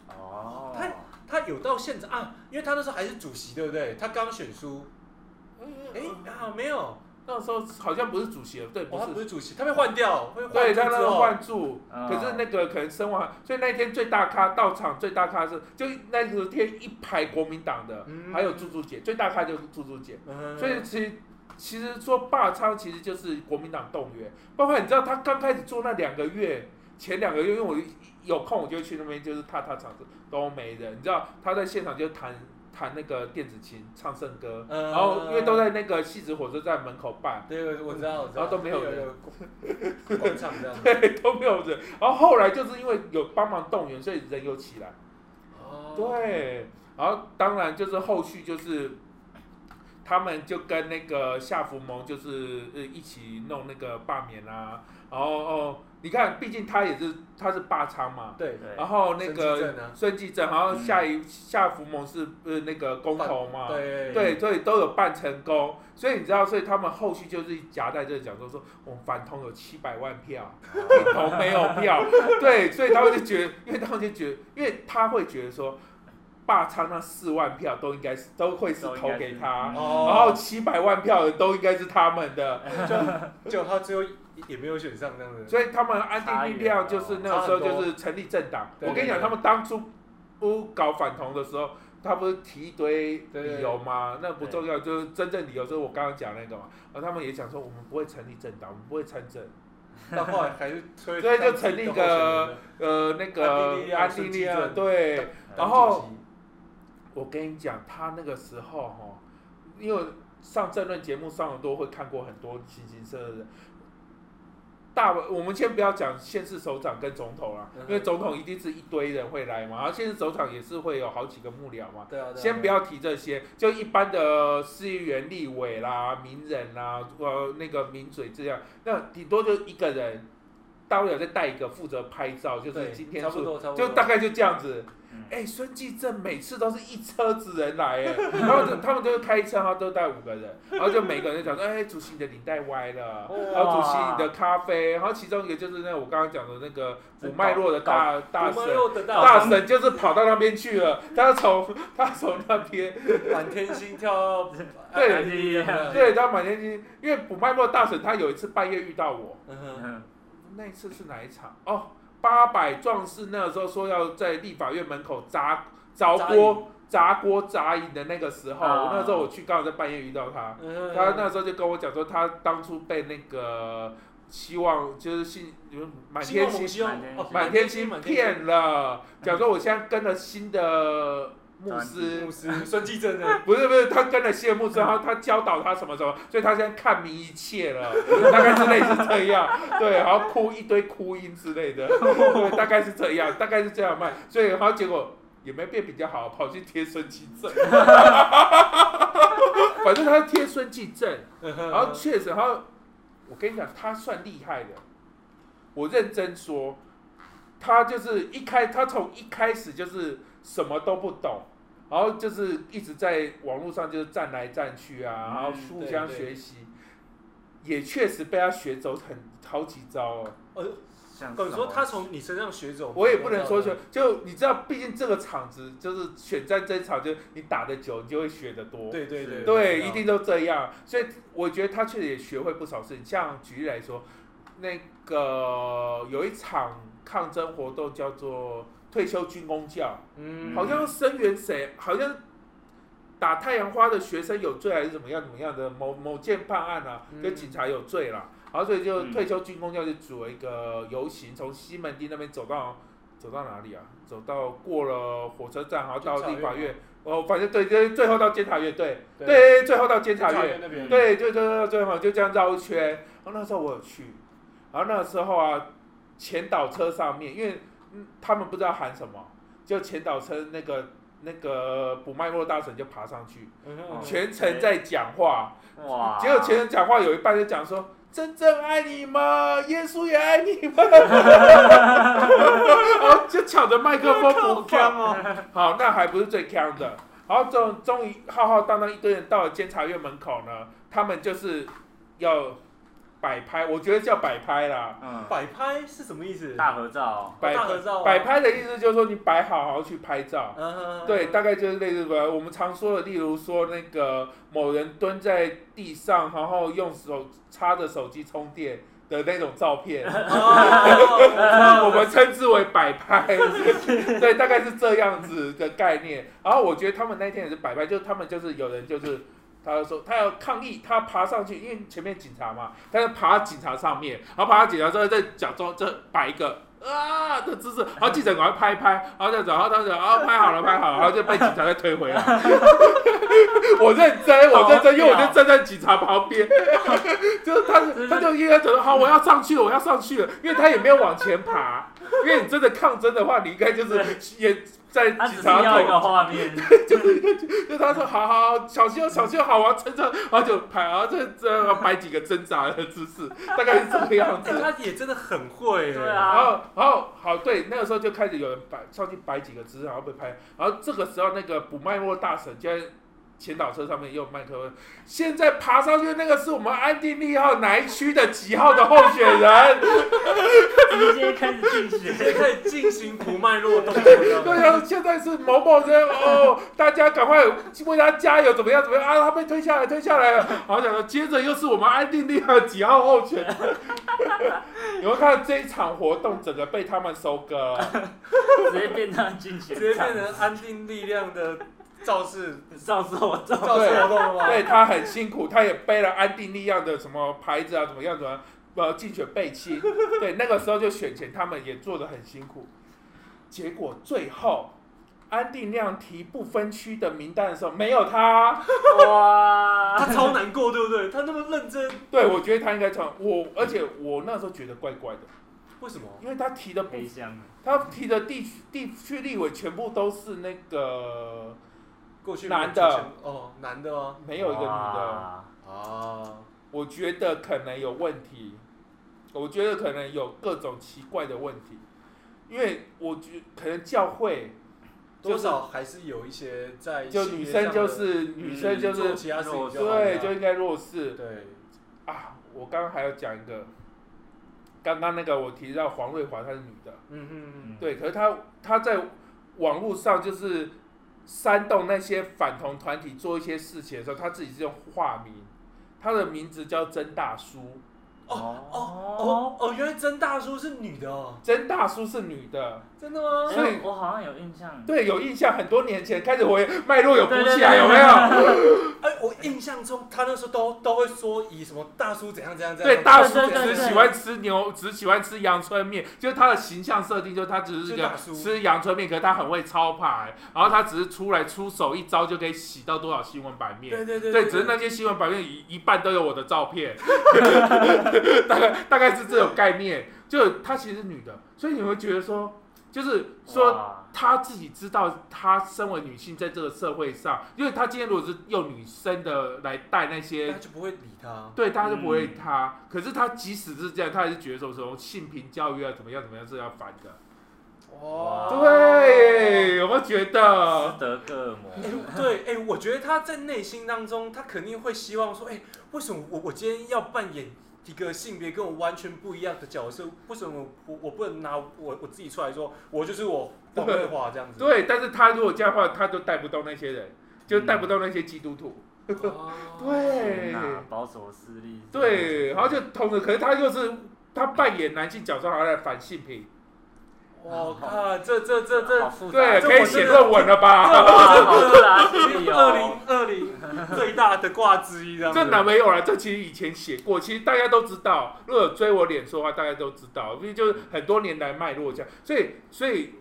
Speaker 4: 哦，
Speaker 3: 他他有到现场啊，因为他那时候还是主席，对不对？他刚选书，哎啊没有，
Speaker 2: 那时候好像不是主席了，对，不
Speaker 3: 哦他不
Speaker 2: 是，
Speaker 3: 是主席，他被换掉，会
Speaker 2: 对，
Speaker 3: 换
Speaker 2: 他那
Speaker 3: 哦掉之
Speaker 2: 时候
Speaker 3: 后，啊
Speaker 2: 换柱，
Speaker 4: 嗯
Speaker 2: 可是那个可能身亡，所以那一天最大咖到场最大咖是就那一天一排国民党的，
Speaker 3: 嗯
Speaker 2: 还有柱柱姐，最大咖就是柱柱姐。
Speaker 3: 嗯
Speaker 2: 所以其实其实说罢仓其实就是国民党动员，包括你知道他刚开始做那两个月，前两个月因为我有空我就去那边就是踏踏场子都没人，你知道他在现场就弹弹那个电子琴唱圣歌，
Speaker 3: 嗯
Speaker 2: 然后因为都在那个西子火车站门口办，
Speaker 3: 对，我知道，我知道
Speaker 2: 然后都没有人
Speaker 3: 有广场这样，
Speaker 2: 对都没有人，然后后来就是因为有帮忙动员，所以人有起来。
Speaker 3: 哦，
Speaker 2: 对，然后当然就是后续就是他们就啊跟那个夏福盟就是呃一起弄那个罢免啦、然后哦你看，毕竟他也是他是霸仓嘛，
Speaker 3: 对，
Speaker 4: 对
Speaker 2: 然后那
Speaker 3: 孙继
Speaker 2: 个
Speaker 3: 正啊
Speaker 2: 孙继正，然后
Speaker 4: 嗯
Speaker 2: 下一下福盟是呃那个公投嘛，
Speaker 3: 对
Speaker 2: 啊对，所以都有办成功，所以你知道，所以他们后续就是夹带这个讲说说，我们反同有七百万票，
Speaker 4: 哦
Speaker 2: 挺同没有票，对，所以他们就觉得，因为他们就觉得，因为他会觉得说，霸昌那四万票都应该是都会是
Speaker 4: 都应
Speaker 2: 投
Speaker 4: 该
Speaker 2: 给
Speaker 4: 是嗯
Speaker 2: 他，然后
Speaker 3: 哦，
Speaker 2: 七百万票的都应该是他们 的，
Speaker 3: 就就他最后也没有选上这样子，
Speaker 2: 所以他们安
Speaker 3: 啊
Speaker 2: 定力量就是那个时候就是成立政党。
Speaker 3: 对
Speaker 2: 我跟你讲，他们当初不搞反同的时候，他不是提一堆理由吗？那不重要，就是真正理由就是我刚刚讲那个嘛。然后他们也讲说，我们不会成立政党，我们不会参政。
Speaker 3: 到后来还是推，
Speaker 2: 所以就成立一个呃，那个
Speaker 3: 安定力量
Speaker 2: 安定力量
Speaker 3: 孙继正
Speaker 2: 对，
Speaker 3: 当主席
Speaker 2: 然后我跟你讲，他那个时候哈，因为上政论节目上的多会看过很多形形色色的人。大，我们先不要讲县市首长跟总统啦
Speaker 3: 嗯，哼
Speaker 2: 因为总统一定是一堆人会来嘛，然后县市首长也是会有好几个幕僚嘛。
Speaker 3: 对啊，对啊
Speaker 2: 先不要提这些，就一般的市议员、立委啦、名人啦，呃，那个名嘴这样，那顶多就一个人，大不了再带一个负责拍照，就是
Speaker 3: 对
Speaker 2: 今天
Speaker 3: 差不
Speaker 2: 是
Speaker 3: 多差不多，
Speaker 2: 就大概就这样子
Speaker 4: 嗯。
Speaker 2: 哎、孙继正每次都是一车子人来，哎，然后就他们就是开车，然后都带五个人，然后就每个人就讲说，哎、主席你的领带歪了，然后主席你的咖啡，然后其中一个就是那我刚刚讲的那个古麦洛的大大
Speaker 3: 我
Speaker 2: 神
Speaker 3: 们，又得到
Speaker 2: 大神就是跑到那边去了，他从他从那边，
Speaker 3: 满天星跳到
Speaker 2: 对
Speaker 3: 安定力量了，
Speaker 2: 对，他满天星，因为古麦洛大神他有一次半夜遇到我，
Speaker 3: 嗯哼
Speaker 4: 嗯
Speaker 2: 那一次是哪一场？哦，八百壮士那个时候说要在立法院门口砸砸锅砸锅砸营的那个时候，
Speaker 4: 啊
Speaker 2: 我那时候我去刚好在半夜遇到他，
Speaker 3: 嗯哼，
Speaker 2: 他那时候就跟我讲说，他当初被那个希望就是信满
Speaker 3: 希望
Speaker 2: 天
Speaker 3: 我
Speaker 2: 星
Speaker 3: 们希望哦
Speaker 2: 满天星
Speaker 3: 满天
Speaker 2: 骗了，讲说我现在跟了新的牧
Speaker 3: 星
Speaker 2: 师
Speaker 3: 牧。师孙继正呢，
Speaker 2: 不是不是，他跟了谢幕之后，他教导他什么什么，所以他现在看明一切了， 大概是类似这样，对，然后哭一堆哭音之类的，对，大概是这样，大概是这样卖，所以然后结果也没变比较好，跑去贴孙继正， 反正他贴孙继正，然
Speaker 3: 然
Speaker 2: 后确实，然后我跟你讲，他算厉害的，我认真说，他就是一开，他从一开始就是什么都不懂，然后就是一直在网络上就是站来站去啊，
Speaker 4: 嗯
Speaker 2: 然后互相学习，也确实被他学走很好几招哦。
Speaker 4: 像
Speaker 3: 等于说
Speaker 4: 什么
Speaker 3: 他从你身上学走，
Speaker 2: 我也不能说学，就你知道，毕竟这个场子就是选战这一场，就你打得久，你就会学得多。
Speaker 3: 对对对
Speaker 2: 对，一定都这样。所以我觉得他确实也学会不少事情。像举例来说，那个有一场抗争活动叫做退休军工教，
Speaker 3: 嗯
Speaker 2: 好像声援谁，好像打太阳花的学生有罪还是怎么样怎么样的某某件判案啊，
Speaker 3: 嗯
Speaker 2: 就警察有罪啦。然后所以就
Speaker 4: 嗯
Speaker 2: 退休军工教就组了一个游行，从西门町那边走到走到哪里啊？走到过了火车站，然后到
Speaker 3: 监察
Speaker 2: 立
Speaker 3: 院
Speaker 2: 法
Speaker 3: 吗
Speaker 2: 院，哦，反正对，就是最后到监察院，对。
Speaker 3: 对啊
Speaker 2: 对，最后到监察院，
Speaker 3: 那边
Speaker 2: 对，就就最后就这样绕一圈。然后那时候我有去，然后那时候啊，前导车上面，因为、嗯、他们不知道喊什么，就前导车那个那个补麦洛大神就爬上去，
Speaker 3: 嗯哼
Speaker 2: 全程在讲话，
Speaker 4: 哇，
Speaker 2: 结果前程讲话有一半就讲说。真正爱你们，耶稣也爱你 们，然后就抢着麦克风不
Speaker 3: 好
Speaker 2: 放，
Speaker 3: 强哦，
Speaker 2: 好，那还不是最坑的。然后终终于浩浩荡荡一堆人到了监察院门口呢，他们就是要摆拍，我觉得叫摆拍啦。
Speaker 4: 嗯
Speaker 3: 摆拍是什么意思？
Speaker 4: 大合照，
Speaker 2: 摆
Speaker 3: 大合照啊
Speaker 2: 摆拍的意思就是说你摆好，然后去拍照。
Speaker 3: 嗯哼
Speaker 2: 对，大概就是类似吧。我们常说的，例如说那个某人蹲在地上，然后用手插着手机充电的那种照片，我
Speaker 3: 哦
Speaker 2: 们称之为摆拍，对，大概是这样子的概念。然后我觉得他们那天也是摆拍，就他们就是有人就是。他就说他要抗议，他爬上去，因为前面警察嘛，他就爬到警察上面，然后爬到警察之后再假装这摆一个啊的姿势，然后记者赶快拍一拍，然后这样子，然后他就啊拍好了拍好了，然后就被警察再推回来。我认真，我认真，因为我就站在警察旁边，就是他
Speaker 4: 是
Speaker 2: 他就应该走说好，我要上去了，我 要上去了，因为他也没有往前爬，因为你真的抗争的话，你应该就是也在
Speaker 4: 他只
Speaker 2: 警
Speaker 4: 是
Speaker 2: 察
Speaker 4: 要一个
Speaker 2: 头，
Speaker 4: 画 面，
Speaker 2: 就他说好好好小心哦，小心哦，好我要撑着，然后就拍，然后这这摆几个挣扎的 姿势，大概是这个样子。
Speaker 3: 哎他也真的很会耶，
Speaker 4: 对啊
Speaker 2: 然后，然后好，对，那个时候就开始有人摆上去摆几个姿势，然后被拍。然后这个时候，那个补脉络大神就在前导车上面也有麦克风。现在爬上去那个是我们安定利号哪一区的几号的候选人？
Speaker 4: 直接开始进
Speaker 3: 直接
Speaker 4: 行。
Speaker 3: 可以进行不脉络动作这
Speaker 2: 对
Speaker 3: 样。
Speaker 2: 呀、现在是某某人哦，大家赶快为他加油，怎么样怎么样啊？他被推下来，推下来了。好想说，接着又是我们安定利号几号候选人。你会看到这一场活动整个被他们收割了。
Speaker 4: 直接变成进行，
Speaker 3: 直接变成安定力量的造势
Speaker 4: 照死我照
Speaker 3: 造势活动了吗？
Speaker 2: 对他很辛苦，他也背了安定利亚的什么牌子啊，怎么样怎么样，呃，竞选背弃。对，那个时候就选前，他们也做的很辛苦。结果最后，安定亮提不分区的名单的时候，没有他。
Speaker 4: 哇！
Speaker 3: 他超难过，对不对？他那么认真，
Speaker 2: 对，我觉得他应该从我，而且我那时候觉得怪怪的，
Speaker 3: 为什么？
Speaker 2: 因为他提的不
Speaker 4: 黑箱，
Speaker 2: 他提的地区地区立委全部都是那个
Speaker 3: 过去
Speaker 2: 男的
Speaker 3: 哦，男的哦，
Speaker 2: 没有一个女的。
Speaker 4: 哇，
Speaker 3: 啊，
Speaker 2: 我觉得可能有问题，我觉得可能有各种奇怪的问题，因为我觉可能教会
Speaker 3: 多少还是有一些在
Speaker 2: 就
Speaker 3: 性
Speaker 2: 女
Speaker 3: 别上
Speaker 2: 生
Speaker 3: 的哦
Speaker 2: 就是女生就
Speaker 3: 做
Speaker 2: 是
Speaker 3: 其他事情好
Speaker 2: 对
Speaker 3: 了
Speaker 2: 就应该弱势
Speaker 3: 对
Speaker 2: 啊！我刚刚还要讲一个，刚刚那个我提到黄瑞华她是女的，
Speaker 3: 嗯嗯
Speaker 2: 对，可是她她在网络上就是煽动那些反同团体做一些事情的时候，她自己是用化名，她的名字叫曾大叔，
Speaker 3: 哦哦哦，原来曾大叔是女的哦，
Speaker 2: 曾大叔是女的。
Speaker 3: 真的吗？
Speaker 2: 所以
Speaker 4: 哎我好像有印象，
Speaker 2: 对，有印象，很多年前开始我也脉络有鼓
Speaker 4: 对对
Speaker 2: 起来，
Speaker 4: 对
Speaker 2: 有没有？
Speaker 3: 哎，我印象中他那时候都都会说以什么大叔怎样怎样怎样，
Speaker 2: 对，大叔
Speaker 4: 对对对
Speaker 2: 只喜欢吃牛，只喜欢吃阳春面，就是他的形象设定，就是他只是一
Speaker 3: 就
Speaker 2: 个
Speaker 3: 大叔
Speaker 2: 吃阳春面，可是他很会操盘，然后他只是出来出手一招就可以洗到多少新闻版面。
Speaker 3: 对对对
Speaker 2: 对，只是那些新闻版面一一半都有我的照片， 大概大概是这种概念。就她其实是女的，所以你会觉得说，就是说
Speaker 4: 哇
Speaker 2: 她自己知道，她身为女性在这个社会上，因为她今天如果是用女生的来带那些
Speaker 3: 他，就不会理他。
Speaker 2: 对大家就不会她。可是她即使是这样，她还是觉得说什么性平教育啊，怎么样怎么样是要反的。
Speaker 3: 哇
Speaker 2: 哦对，有没有觉得
Speaker 4: 斯？德哥尔摩，
Speaker 3: 哎、对，哎、我觉得他在内心当中，他肯定会希望说，哎、为什么我我今天要扮演一个性别跟我完全不一样的角色？为什么我我不能拿我我自己出来说，我就是我黄
Speaker 2: 对
Speaker 3: 瑞华这样子？
Speaker 2: 对，但是她如果这样的话，她就带不动那些人，就带不动那些基督徒。
Speaker 3: 哦对，
Speaker 2: 对
Speaker 4: 天哪，保守势力，
Speaker 2: 对，然后就同时，可是他又是他扮演男性角色，好像在反性平，
Speaker 3: 我靠，这这这这
Speaker 4: 好，复杂，
Speaker 2: 对，
Speaker 3: 这
Speaker 2: 可以
Speaker 3: 我
Speaker 2: 写
Speaker 3: 真的
Speaker 2: 论文了吧？
Speaker 4: 哇好复杂势力
Speaker 3: 二
Speaker 4: 哦，
Speaker 3: 零二零最大的挂之 一，这样 子
Speaker 2: 这哪没有了？这其实以前写过，其实大家都知道。如果有追我脸说的话，大家都知道，因为就是很多年来脉络这样。所以，所以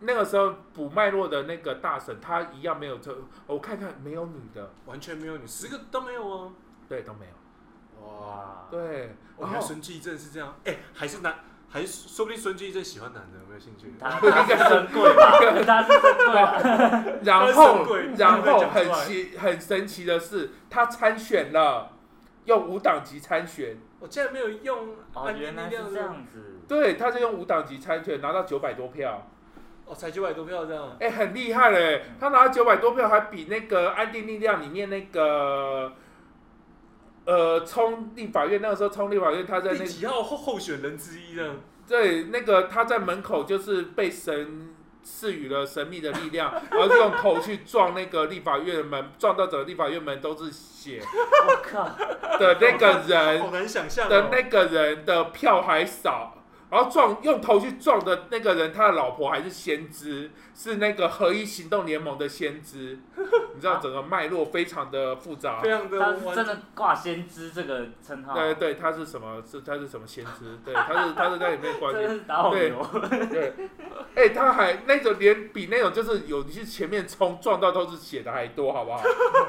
Speaker 2: 那个时候补脉络的那个大神，他一样没有这，我看看没有女的，
Speaker 3: 完全没有你，十个都没有啊！
Speaker 2: 对，都没有。哦
Speaker 3: 哇，
Speaker 4: 哇，
Speaker 2: 对，
Speaker 3: 我
Speaker 2: 然
Speaker 3: 看
Speaker 2: 后
Speaker 3: 孙继正是这样，哎、还是男，还是说不定孙继正喜欢男的，有没有兴趣？
Speaker 4: 他他是珍贵吧，他是珍贵吧，
Speaker 2: 然
Speaker 3: 哦但是
Speaker 2: 后
Speaker 3: 很贵，
Speaker 2: 然后
Speaker 3: 讲出来
Speaker 2: 很奇很神奇的是，他参选了，用无党籍参选。
Speaker 3: 我竟然没有用
Speaker 4: 哦，
Speaker 3: 安定
Speaker 4: 原
Speaker 3: 力
Speaker 4: 来
Speaker 3: 量
Speaker 4: 是这
Speaker 3: 的
Speaker 4: 样子，
Speaker 2: 对，他是用无党籍参选拿到九百多票，
Speaker 3: 哦，才九百多票这样。
Speaker 2: 哎、很厉害嘞、他拿到九百多票，还比那个安定力量里面那个，呃，冲立法院那个时候冲立法院，他在那
Speaker 3: 第几号候候选人之一这样？
Speaker 2: 对那个他在门口就是被神赐予了神秘的力 量，然后就用头去撞那个立法院的门，撞到整个立法院门都是血
Speaker 4: 我靠，
Speaker 2: 的那个
Speaker 4: 哎
Speaker 2: 人，
Speaker 3: 好难想象
Speaker 2: 的
Speaker 3: 哦。
Speaker 2: 那个人的票还少，然后撞用头去撞的那个人，他的老婆还是先知，是那个合一行动联盟的先知。你知道整个脉络非常的复杂
Speaker 3: 非。常的
Speaker 4: 他是
Speaker 3: 完
Speaker 4: 真的挂先知这个称号，
Speaker 2: 对对，他是什么？是他是什么先知？对，他是他是在里面冠
Speaker 4: 真的
Speaker 2: 军。
Speaker 4: 是打火油，
Speaker 2: 对，哎、他还那种连比那种就是有你去前面冲撞到都是血的还多，好不好？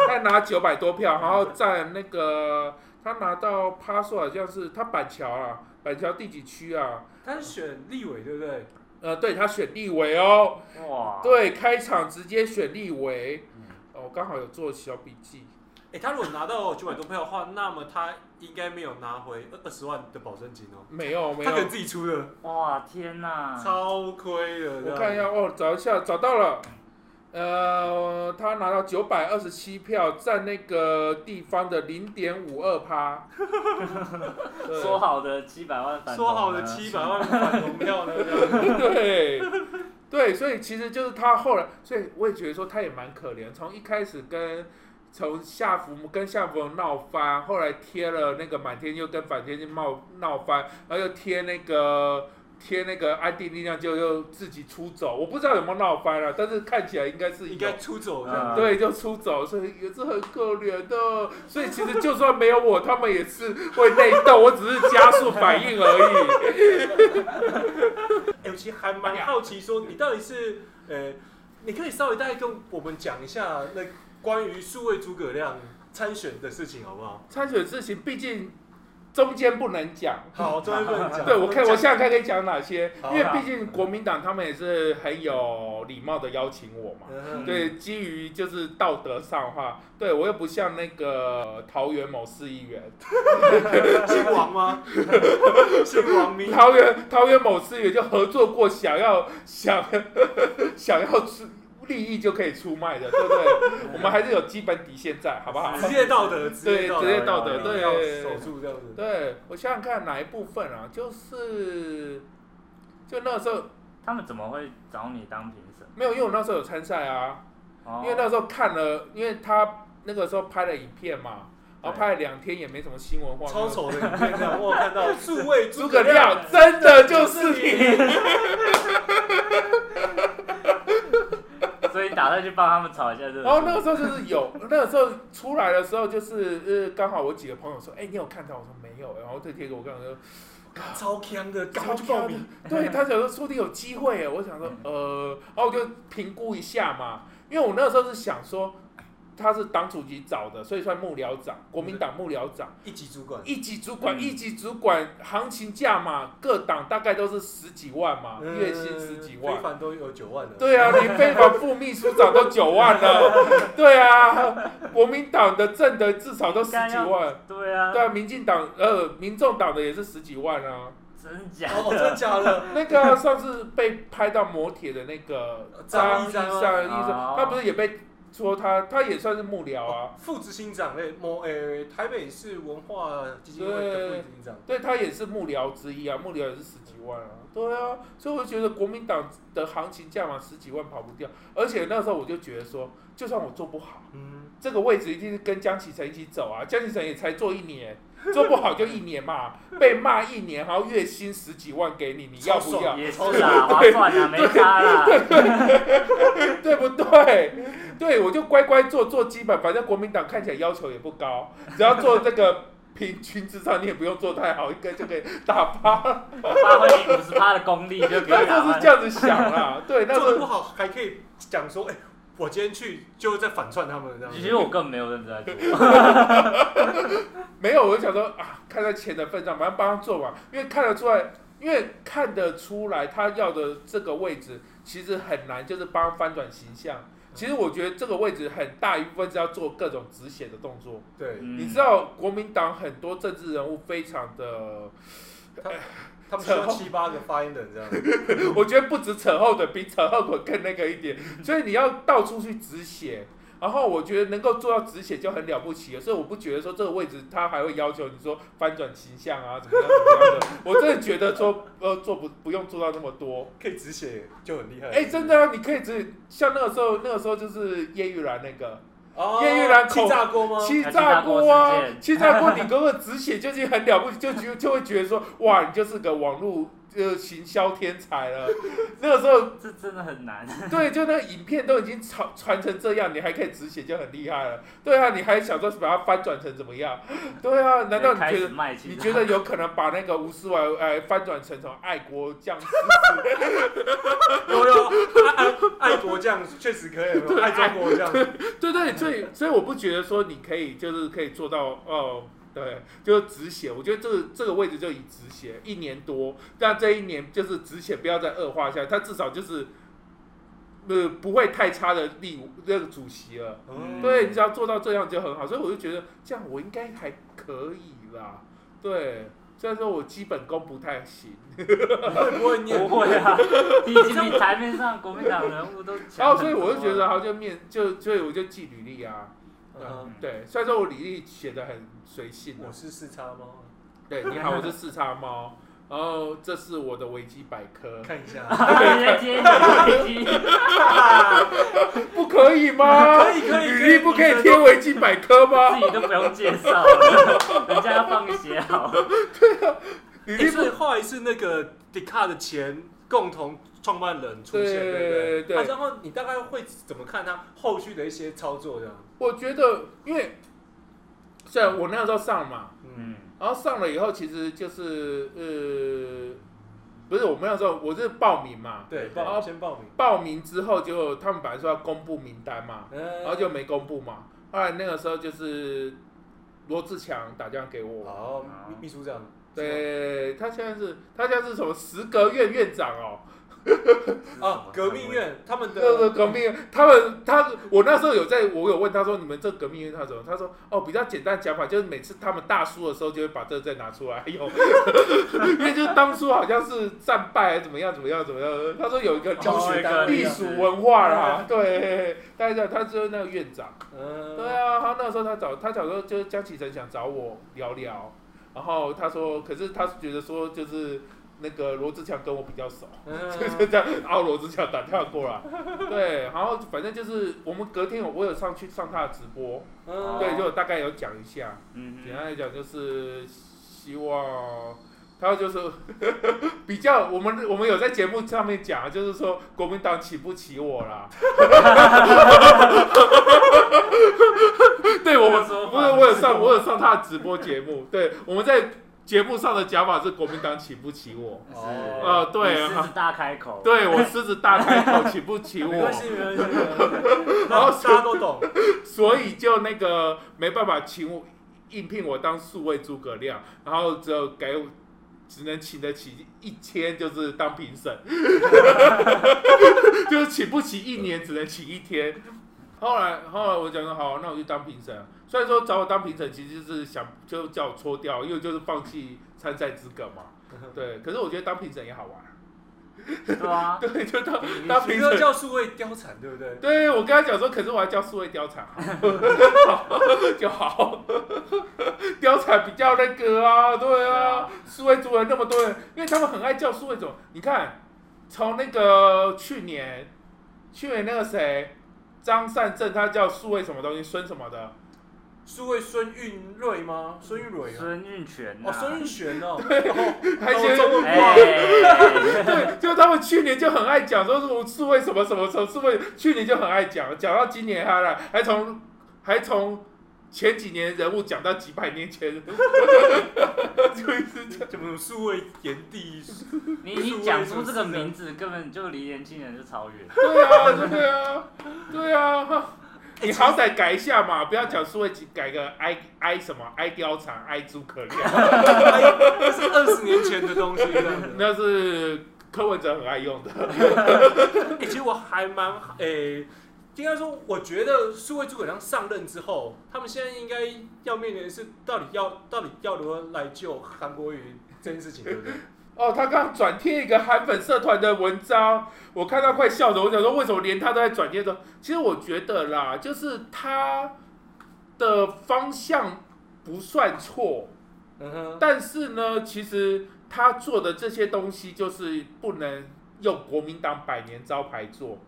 Speaker 2: 他拿九百多票，然后占那个他拿到趴数好像是他板桥啊，板桥第几区啊？
Speaker 3: 他是选立委对不对？
Speaker 2: 呃，对他选立委哦，
Speaker 4: 哇，，
Speaker 2: 对，开场直接选立委
Speaker 3: 嗯。
Speaker 2: 哦，刚好有做小笔记。
Speaker 3: 哎、他如果拿到九百多票的话，那么他应该没有拿回二二十万的保证金哦，
Speaker 2: 没有，没
Speaker 3: 他可能
Speaker 2: 有。
Speaker 3: 自己出的，
Speaker 4: 哇，天哪，
Speaker 3: 超亏的。
Speaker 2: 我看一下，
Speaker 3: 这样，
Speaker 2: 哦，找一下，找到了。呃，他拿到九百二十七票，占那个地方的零点五二趴。 对
Speaker 4: 说好的七百万反，
Speaker 3: 说好的七百万反同票呢？这样
Speaker 2: 对，对，所以其实就是他后来，所以我也觉得说他也蛮可怜。从一开始跟从夏福跟夏福闹翻，后来贴了那个满天又跟反天星闹闹翻，然后又贴那个贴那个安定力量，就又自己出走。我不知道有没有闹翻了、但是看起来应该是
Speaker 3: 应
Speaker 2: 有
Speaker 3: 该出走这
Speaker 4: 啊
Speaker 3: 样。
Speaker 2: 对，就出走，所以也是很可怜的。所以其实就算没有我，他们也是会内斗，我只是加速反应而已。
Speaker 3: 哎、我其实还蛮好奇，说你到底是呃，你可以稍微大概跟我们讲一下那关于数位诸葛亮参选的事情好不好？
Speaker 2: 参选事情，毕竟中间不能讲。
Speaker 3: 好，终于不能讲。
Speaker 2: 对，我看我
Speaker 3: 下
Speaker 2: 现在看可以讲哪些，
Speaker 3: 啊好
Speaker 2: 因
Speaker 3: 啊
Speaker 2: 为毕竟国民党他们也是很有礼貌的邀请我
Speaker 3: 嗯
Speaker 2: 嘛。对，基于就是道德上的话，对我又不像那个桃园某市议 员，
Speaker 3: 姓 王吗？姓王明。
Speaker 2: 桃园桃园某市议员就合作过，想要 想想要出利益就可以出卖的，对不对？ 我们还是有基本底线在，好不好？
Speaker 3: 职业道德，职业
Speaker 2: 对
Speaker 3: 道德，
Speaker 2: 职业道德对
Speaker 3: 要守住这样子。
Speaker 2: 对我想想看哪一部分啊，就是就那时候
Speaker 4: 他们怎么会找你当评审？
Speaker 2: 没有，因为我那时候有参赛啊，
Speaker 4: 哦
Speaker 2: 因为那时候看了，因为他那个时候拍了影片嘛，然后
Speaker 4: 对
Speaker 2: 拍了两天也没什么新闻画面。
Speaker 3: 超丑的影片，这样我有看到数位
Speaker 2: 诸
Speaker 3: 诸
Speaker 2: 葛
Speaker 3: 葛
Speaker 2: 亮
Speaker 3: 亮，
Speaker 2: 真的就是 你，
Speaker 4: 所以打算去帮他们吵一下这个。
Speaker 2: 然后哦那个时候就是有，那个时候出来的时候就是呃，刚好我几个朋友说，哎、你有看到？我说没有，然后就贴给我看，我说
Speaker 3: 超强的，赶快去
Speaker 2: 超
Speaker 3: 报
Speaker 2: 强
Speaker 3: 名。
Speaker 2: 的对他想说说不定有机会耶，我想说
Speaker 4: 嗯
Speaker 2: 呃，然后我就评估一下嘛，因为我那时候是想说他是党主席找的，所以算幕僚长，国民党幕僚长。
Speaker 3: 一级主管，
Speaker 2: 一级主管，
Speaker 4: 嗯
Speaker 2: 一级主管行情价嘛，各党大概都是十几万嘛，
Speaker 4: 嗯
Speaker 2: 月薪十几
Speaker 3: 嗯非
Speaker 2: 万。
Speaker 3: 凡都有九万的。
Speaker 2: 对啊，你非凡副秘书长都九万了，对啊，国民党的正的至少都十几万，
Speaker 4: 对啊，
Speaker 2: 对啊，民进党呃，民众党的也是十几万啊。
Speaker 4: 真假
Speaker 3: 哦，真的假的？
Speaker 2: 那个 啊上次被拍到磨铁的那个
Speaker 3: 张
Speaker 2: 医
Speaker 3: 一
Speaker 2: 山
Speaker 3: 山吗
Speaker 2: 医生
Speaker 4: 哦，
Speaker 2: 他不是也被说他，他也算是幕僚啊，
Speaker 3: 副执行长诶，某诶台北市文化基金会的副执行长，
Speaker 2: 对他也是幕僚之一啊，幕僚也是十几万啊，对啊，所以我就觉得国民党的行情价嘛，十几万跑不掉。而且那时候我就觉得说，就算我做不好，
Speaker 3: 嗯，
Speaker 2: 这个位置一定是跟江启臣一起走啊，江启臣也才做一年，做不好就一年嘛，被骂一年，然后月薪十几万给你，你要不
Speaker 3: 超
Speaker 2: 要
Speaker 3: 爽？
Speaker 4: 也是啦，划算啦，没差啦。
Speaker 2: 对不对？对，我就乖乖做做基本，反正国民党看起来要求也不高，只要做这个平均之上，你也不用做太好，应该就可以打发
Speaker 4: 发挥你五十趴的功力就啊可以
Speaker 2: 那时
Speaker 4: 打
Speaker 2: 候是
Speaker 4: 完
Speaker 2: 这。样子想啦，对，那时
Speaker 3: 做的不
Speaker 2: 候
Speaker 3: 好还可以讲说，哎，我今天去就在反串他们这样
Speaker 4: 其
Speaker 3: 子
Speaker 4: 实。我根本没有认真在做，
Speaker 2: 没有，我就想说啊，看在钱的份上，马上帮他做完，因为看得出来，因为看得出来他要的这个位置其实很难，就是帮他翻转形象。其实我觉得这个位置很大一部分是要做各种止血的动作。
Speaker 3: 对，
Speaker 2: 你知
Speaker 4: 道
Speaker 2: 道国民党很多政治人物非常的，
Speaker 3: 他们需要七八个发言人这样子。
Speaker 2: 我觉得不止扯后腿，比扯后腿更那个一点。所以你要到处去止血，然后我觉得能够做到止血就很了不起了。所以我不觉得说这个位置他还会要求你说翻转形象啊，怎么样怎么样的。我真的觉得说呃做不不用做到那么多。
Speaker 3: 可以止血就很厉害。
Speaker 2: 哎、真的、啊，你可以只像那个时候，那个时候就是叶玉兰那个
Speaker 3: 哦，
Speaker 2: 叶玉兰口
Speaker 3: 气炸锅 吗？
Speaker 2: 欺诈锅啊
Speaker 4: 欺诈锅事，件
Speaker 2: 欺诈锅，你给我止血就已经很了不起，就就就会觉得说哇，你就是个网络呃行销天才了。那个时候
Speaker 4: 这真的很难。啊
Speaker 2: 对，就那个影片都已经传传成这样，你还可以止血就很厉害了。对啊，你还想说把它翻转成怎么样？对啊，难道你
Speaker 4: 开
Speaker 2: 觉
Speaker 4: 始
Speaker 2: 得
Speaker 4: 卖
Speaker 2: 你
Speaker 4: 气？
Speaker 2: 觉得有可能把那个吴思怀呃翻转成什么爱国将 士之类的？
Speaker 3: 有有，爱爱爱国酱确实可以有没有，爱中国酱。
Speaker 2: 对对，所以所以我不觉得说你可以就是可以做到哦、对，就止血。我觉得这个这个位置就以止血一年多，让这一年就是止血不要再恶化下去，他至少就是呃不会太差的立那个主席了。
Speaker 3: 嗯，
Speaker 2: 对，你只要做到这样就很好，所以我就觉得这样我应该还可以啦。对，虽然说我基本功不太行，
Speaker 3: 会不会你也
Speaker 4: 不会啊，毕竟你台面上国民党人物都
Speaker 2: 然后
Speaker 4: 强很多啊，
Speaker 2: 哦所以我就觉得，然后就面就所以我就记履历啊。
Speaker 3: 嗯
Speaker 2: 对，虽然说我履历写的很随性啊
Speaker 3: 我，是四叉猫，
Speaker 2: 对，你好，我是四叉猫，然后这是我的维基百科，
Speaker 3: 看一
Speaker 4: 啊
Speaker 3: 下，
Speaker 4: 你在接你的飞机，
Speaker 2: 不可以吗？
Speaker 3: 可以可以
Speaker 2: 履历不可以贴维基百科吗？
Speaker 4: 自己都不用介绍了，人家要帮你写好。
Speaker 2: 履
Speaker 3: 也
Speaker 2: 历不
Speaker 3: 是后来是那个迪卡的前共同创办人出
Speaker 2: 对
Speaker 3: 现，对
Speaker 2: 对
Speaker 3: 不对？啊，然后你大概会怎么看他后续的一些操作这样？
Speaker 2: 我觉得因为虽然我那时候上嘛，
Speaker 3: 嗯
Speaker 4: 嗯，
Speaker 2: 然后上了以后，其实就是呃，不是我们那时候我是报名嘛，
Speaker 3: 对，
Speaker 2: 然后
Speaker 3: 报先报名，
Speaker 2: 报名之后就他们本来说要公布名单嘛，然后
Speaker 3: 嗯，
Speaker 2: 就没公布嘛。后来那个时候就是罗志强打电话给我，
Speaker 3: 好，秘秘书长，
Speaker 2: 对他现在是他现在是什么石革院院长哦，
Speaker 3: 啊，革命院他们
Speaker 2: 那
Speaker 3: 的
Speaker 2: 个革命，他们他我那时候有在，我有问他说你们这革命运动怎么？他说哦，比较简单讲法就是每次他们大输的时候就会把这个再拿出来用， 因为就是当初好像是战败还是怎么样怎么样怎么样。他说有一个
Speaker 3: 教学单位
Speaker 2: 历史文化啦，对，大家知道他就是那个院长。
Speaker 3: 嗯，
Speaker 2: 对啊，他那时候他找他找说就是江启臣想找我聊聊，然后他说，可是他觉得说就是那个罗志强跟我比较熟。就
Speaker 3: 嗯，
Speaker 2: 这样凹罗之下打电话过来， 对，然后反正就是我们隔天有我有上去上他的直播，
Speaker 3: 嗯，
Speaker 2: 对，就大概有讲一下，
Speaker 4: 嗯
Speaker 2: 简
Speaker 4: 哼，
Speaker 2: 单来讲就是希望他就是 比较我们我们有在节目上面讲，就是说国民党起不起我啦， 对我们
Speaker 4: 这个说法
Speaker 2: 不是我有上我有上他的直播节目，对，我们在节目上的讲法是国民党起不起我。
Speaker 4: 是啊
Speaker 3: 哦
Speaker 2: 呃对
Speaker 4: 你狮子大开口，
Speaker 2: 对啊我狮子大开口，起不起
Speaker 3: 没
Speaker 2: 我
Speaker 3: 关？系，没关系没关系， 然后大家都懂，
Speaker 2: 所以就那个没办法请我应聘我当数位诸葛亮，然后只有给我只能请得起一天，就是当评审， 就是请不起一年，只能请一天。后来后来我讲说好，那我就当评审。虽然说找我当评审，其实就是想就叫我搓掉，因为就是放弃参赛资格嘛。对，可是我觉得当评审也好玩。
Speaker 4: 对啊，
Speaker 2: 对，就当
Speaker 4: 你
Speaker 2: 当
Speaker 3: 你
Speaker 2: 评
Speaker 3: 这
Speaker 2: 审。
Speaker 3: 叫数位貂蝉，对不对？
Speaker 2: 对，我跟他讲说，可是我要叫数位貂蝉， 就好，貂蝉比较那个啊，对啊，数位族人那么多人，因为他们很爱叫数位族人。你看，从那个去年，去年那个谁，张善政他叫数位什么东西，孙什么的，
Speaker 3: 数位孙运瑞吗？孙运蕊啊，
Speaker 4: 孙运璇呐
Speaker 3: 哦，孙运璇哦，
Speaker 2: 还
Speaker 3: 哦
Speaker 2: 先
Speaker 3: 中文
Speaker 4: 哎
Speaker 3: 不好。
Speaker 2: 对，就他们去年就很爱讲，说是我是为什么什么什么是为，去年就很爱讲，讲到今年还来，还从还从前几年人物讲到几百年前，
Speaker 3: 哎
Speaker 2: 就一直讲。
Speaker 3: 怎么数位炎帝？
Speaker 4: 你你讲出这个名字，根本就离年轻人就超远。
Speaker 2: 对啊，对啊，对啊，
Speaker 3: 哎
Speaker 2: 你好歹改一下嘛，不要讲苏伟吉改个 i i 什么 i 貂蝉 i 诸葛亮，
Speaker 3: 那是二十年前的东西这样子。
Speaker 2: 那是柯文哲很爱用的。
Speaker 3: 欸、其实我还蛮诶、应该说，我觉得数位诸葛亮上任之后，他们现在应该要面临的是到底要到底要如何来救韩国瑜这件事情，对不对？
Speaker 2: 哦，他刚转贴一个韩粉社团的文章，我看到快笑着。我想说，为什么连他都在转贴的？其实我觉得啦，就是他的方向不算错，
Speaker 3: 嗯哼，
Speaker 2: 但是呢，其实他做的这些东西就是不能用国民党百年招牌做，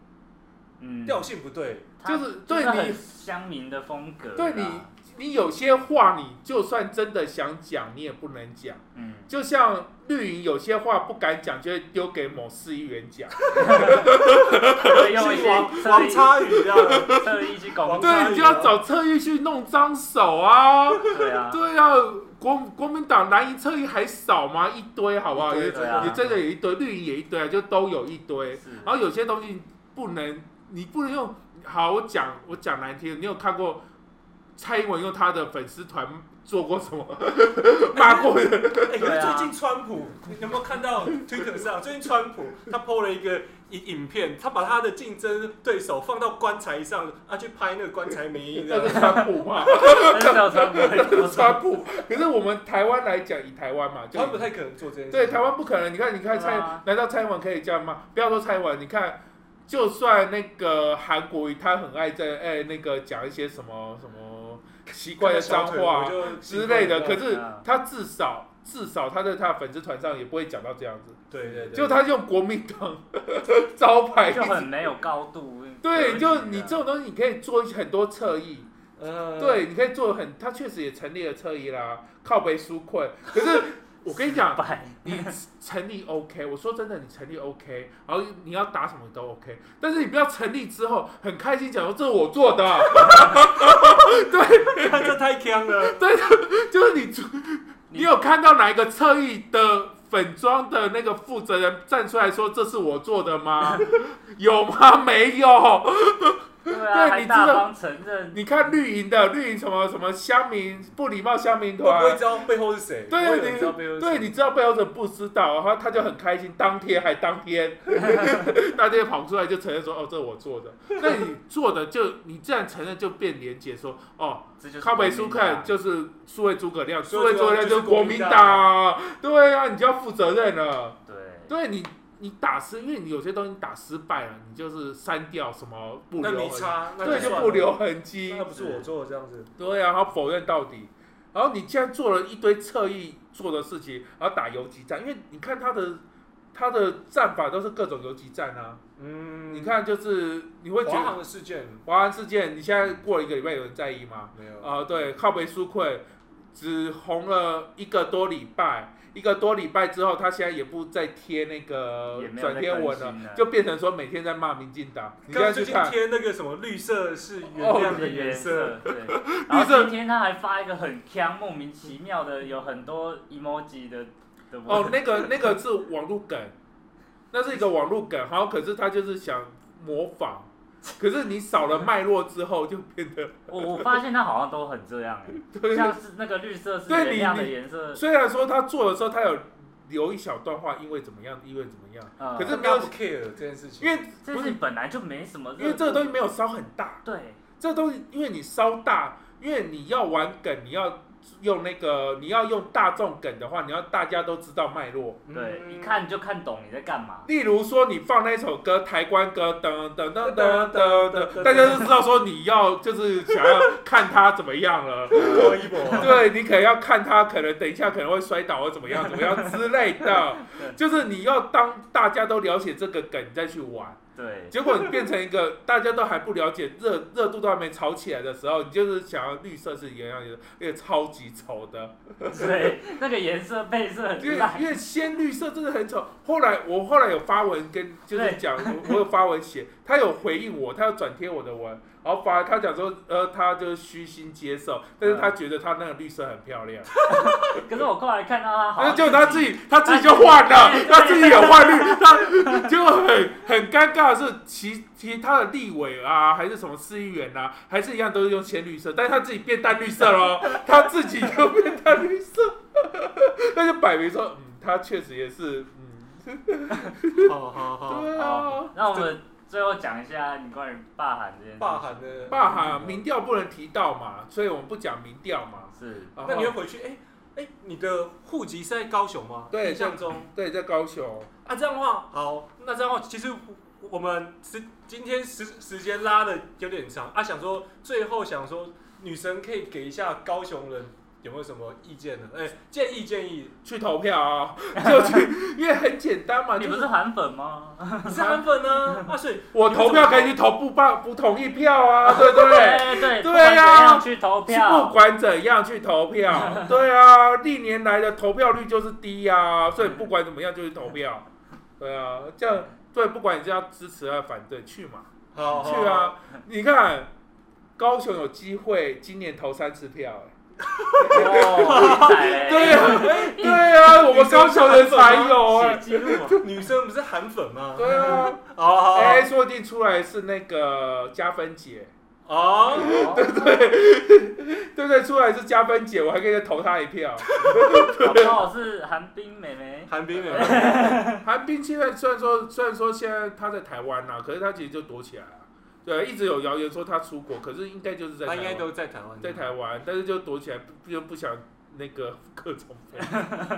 Speaker 4: 嗯，
Speaker 3: 调性不对，
Speaker 4: 他
Speaker 2: 就是
Speaker 4: 就
Speaker 2: 对
Speaker 4: 是
Speaker 2: 你
Speaker 4: 很乡民的啊风格啦，
Speaker 2: 对你，你有些话你就算真的想讲，你也不能讲。
Speaker 4: 嗯，
Speaker 2: 就像绿营有些话不敢讲，就会丢给某市议员讲。
Speaker 4: 会用一
Speaker 3: 是
Speaker 4: 些
Speaker 3: 王
Speaker 4: 特
Speaker 3: 王
Speaker 4: 意
Speaker 3: 差宇啊这样的。
Speaker 4: 特意去搞
Speaker 3: 王
Speaker 4: 对
Speaker 2: 对，你就要找侧翼去弄脏手啊！
Speaker 4: 对啊，
Speaker 2: 对啊，国国民党蓝营侧翼还少吗？一堆，好不好？
Speaker 3: 一
Speaker 2: 也
Speaker 3: 堆
Speaker 4: 对啊
Speaker 2: 也真的有一堆，绿营也一堆啊，就都有一堆。
Speaker 4: 是
Speaker 2: 然后有些东西不能，你不能用。好，我讲我讲难听，你有看过蔡英文用他的粉丝团做过什么， 骂过人，
Speaker 3: 哎、可
Speaker 4: 对
Speaker 3: 是
Speaker 4: 啊
Speaker 3: 最近川普，你有没有看到 Twitter 上？最近川普他 PO 了一个影影片，他把他的竞争对手放到棺材上，啊，去拍那个棺材梅这样
Speaker 2: 那是川普嘛？
Speaker 4: 但是要穿过来
Speaker 2: 是川普。可是我们台湾来讲，以台湾嘛，就
Speaker 3: 他不太可能做这件事。
Speaker 2: 对，台湾不可能。你看，你看
Speaker 4: 对啊
Speaker 2: 蔡，难道蔡英文可以这样吗？不要说蔡英文，你看，就算那个韩国瑜，他很爱在哎、那个讲一些什么什么奇怪的脏话
Speaker 3: 就
Speaker 2: 之类的，可是
Speaker 4: 啊
Speaker 2: 他至少至少他在他的粉丝团上也不会讲到这样子，
Speaker 3: 对对对，
Speaker 2: 就他用国民党 招牌一
Speaker 4: 就很啊
Speaker 2: 直。
Speaker 4: 没有高度。嗯
Speaker 2: 对，就你这种东西，你可以做很多侧翼，
Speaker 3: 呃，
Speaker 2: 对，你可以做很，他确实也成立了侧翼啦， 靠背纾困。可是我跟你讲，
Speaker 4: 白，
Speaker 2: 你成立 OK，我说真的，你成立 OK，然后你要打什么都 OK，但是你不要成立之后很开心讲说这是我做的， 啊
Speaker 3: 他这太强了。
Speaker 2: 就是你做，你有看到哪一个侧翼的粉妆的那个负责人站出来说这是我做的吗？ 有吗？没有。
Speaker 4: 对啊，
Speaker 2: 对
Speaker 4: 还
Speaker 2: 你
Speaker 4: 大
Speaker 2: 知道
Speaker 4: 方承认，
Speaker 2: 你看绿营的绿营什么什么乡民不礼貌乡民
Speaker 3: 会不会
Speaker 2: 团
Speaker 3: 知。道背后是谁？
Speaker 2: 啊对
Speaker 3: 会有人知道背后
Speaker 2: 你
Speaker 3: 是
Speaker 2: 对，
Speaker 3: 谁？
Speaker 2: 你知道背后者不知道，然后他就很开心，当天还当天， 当天跑出来就承认说，哦，这我做的。那你做的就你这样承认就变连结说，哦，
Speaker 4: 这就是
Speaker 2: 靠北
Speaker 4: 国
Speaker 2: 苏
Speaker 4: 民党
Speaker 2: 看就是数位诸葛亮，数
Speaker 3: 所以
Speaker 2: 位
Speaker 3: 就
Speaker 2: 诸葛亮
Speaker 3: 就是
Speaker 2: 国民党，对啊，你就要负责任了。
Speaker 4: 对，
Speaker 2: 对你，你打失，因为你有些东西打失败了，你就是删掉什么不
Speaker 3: 那
Speaker 2: 留
Speaker 3: 没
Speaker 2: 痕，
Speaker 3: 差，那
Speaker 2: 对，就
Speaker 3: 算
Speaker 2: 不
Speaker 3: 了，
Speaker 2: 留痕迹。
Speaker 3: 那不是我做的这样子。
Speaker 2: 对啊，然后否认到底，然后你竟然做了一堆侧翼做的事情，然后打游击战，因为你看他的他的战法都是各种游击战啊，
Speaker 3: 嗯，
Speaker 2: 你看就是你会觉
Speaker 3: 华
Speaker 2: 得
Speaker 3: 航的事件
Speaker 2: 华安事件，你现在过了一个礼拜有人在意吗？
Speaker 3: 没有
Speaker 2: 啊、对，靠北纾困只红了一个多礼拜，一个多礼拜之后，他现在也不再贴那个
Speaker 4: 也没有
Speaker 2: 转
Speaker 4: 在
Speaker 2: 贴文
Speaker 4: 更新了
Speaker 2: 了，就变成说每天在骂民进党。你现
Speaker 3: 刚
Speaker 2: 在
Speaker 3: 最
Speaker 2: 去
Speaker 3: 近
Speaker 2: 看，哦
Speaker 3: 贴那个什么绿色是原谅的颜 色，，
Speaker 4: 对。然
Speaker 2: 绿色
Speaker 4: 后今天他还发一个很强、莫名其妙的，有很多 emoji 的的文
Speaker 2: 哦，那个那个是网络梗，那是一个网络梗，好，可是他就是想模仿，可是你少了脉络之后就变得
Speaker 4: 我我发现他好像都很这样哎，
Speaker 2: 对。
Speaker 4: 像是那个绿色是
Speaker 2: 对你
Speaker 4: 原谅的颜色，
Speaker 2: 虽然说他做的时候他有留一小段话，因为怎么样，因为怎么样，
Speaker 4: 呃，
Speaker 2: 可是
Speaker 3: 他
Speaker 2: 没有
Speaker 3: 不 care 这件事情，
Speaker 2: 因为
Speaker 4: 这
Speaker 2: 不
Speaker 4: 件
Speaker 2: 是
Speaker 4: 事本来就没什么热度，
Speaker 2: 因为这个东西没有烧很大，
Speaker 4: 对，
Speaker 2: 这个东西因为你烧大，因为你要玩梗，你要用那个你要用大众梗的话，你要大家都知道脉络。
Speaker 4: 对，
Speaker 3: 嗯
Speaker 4: 一看就看懂你在干嘛。
Speaker 2: 例如说，你放那首歌，台湾歌，噔噔噔噔噔噔，大家就知道说你要就是想要看他怎么样 了。
Speaker 3: 摸一摸，
Speaker 2: 对你可能要看他，可能等一下可能会摔倒或怎么样怎么样之类 的，就是你要当大家都了解这个梗你再去 玩，
Speaker 4: 对，
Speaker 2: 结果你变成一个大家都还不了解热热度都还没炒起来的时候，你就是想要绿色是一样的，那个超级丑的，
Speaker 4: 对，那个颜色配色
Speaker 2: 因
Speaker 4: 很
Speaker 2: 为
Speaker 4: 烂，
Speaker 2: 因为鲜绿色真的很丑。后来我后来有发文跟就是讲，我我有发文写，他有回应我，他有转贴我的文，然后发他讲说，呃，他就是虚心接受，但
Speaker 4: 嗯
Speaker 2: 是他觉得他那个绿色很漂亮，
Speaker 4: 可是我后来看到他好
Speaker 2: 但
Speaker 4: 像
Speaker 2: 是就他自
Speaker 4: 己
Speaker 2: 己他自己就换了
Speaker 4: 对，对
Speaker 2: 他自己也换绿， 他结果很很尴尬的是，其其他的立委啊，还是什么市议员啊，还是一样都是用鲜绿色，但是他自己变淡绿 色喽，他自己就变淡绿色， 那就摆明说，嗯，他确实也是，嗯。
Speaker 3: 好好好，
Speaker 2: 对
Speaker 4: 哦
Speaker 2: 啊，，
Speaker 4: 那我们最后讲一下你关于霸韩这件事。
Speaker 3: 霸韩的
Speaker 2: 爸哈民调不能提到嘛，所以我们不讲民调嘛。
Speaker 4: 是
Speaker 2: 然后
Speaker 3: 那你会回去？哎哎，你的户籍是在高雄吗？
Speaker 2: 对
Speaker 3: 印象中
Speaker 2: 对在高雄，
Speaker 3: 啊，这样的话，好，那这样的话，其实我们时今天时时间拉的有点长啊，想说最后想说，女神可以给一下高雄人有没有什么意见呢？哎，建议建议，
Speaker 2: 去投 票啊，就去，因为很简单嘛，
Speaker 4: 你
Speaker 2: 就
Speaker 4: 不是韩粉吗？
Speaker 3: 你是韩粉呢？啊，所以
Speaker 2: 我投票可以去投不罢不同意票啊，对不对？
Speaker 4: 对
Speaker 2: 对
Speaker 4: 对
Speaker 2: 呀
Speaker 4: 呀，去哦投
Speaker 2: 是不
Speaker 4: 票，
Speaker 2: 管怎样去投 票，对啊，历年来的投票率就是低啊，所以不管怎么样就去投票，对啊，这样对，不管你是要支持还是反对，去嘛，
Speaker 3: 好好
Speaker 2: 去
Speaker 4: 哦
Speaker 2: 啊！你看高雄有机会今年投三次票、欸，
Speaker 4: 哦，
Speaker 2: 对
Speaker 4: 对，
Speaker 2: 啊，对啊，我们高雄人才有
Speaker 4: 写
Speaker 2: 哎、
Speaker 4: 记录啊，
Speaker 3: 女生不是韩粉吗？
Speaker 2: 对啊，
Speaker 3: 好好好
Speaker 2: 哎、说不定出来是那个加分姐，
Speaker 3: 啊，
Speaker 2: 对不对？出来是加分姐，我还可以再投她一票。
Speaker 4: 搞不好是韩冰妹妹。
Speaker 3: 韩冰美，
Speaker 2: 韩冰现在虽然说虽然说现在她在台湾啊啦、可是她其实就躲起来了、对，一直有谣言说她出国，可是应该就是在
Speaker 3: 他
Speaker 2: 台
Speaker 3: 应该
Speaker 2: 湾，
Speaker 3: 都在台湾。
Speaker 2: 在台湾，但是就躲起来，不就不想那个 各种飞。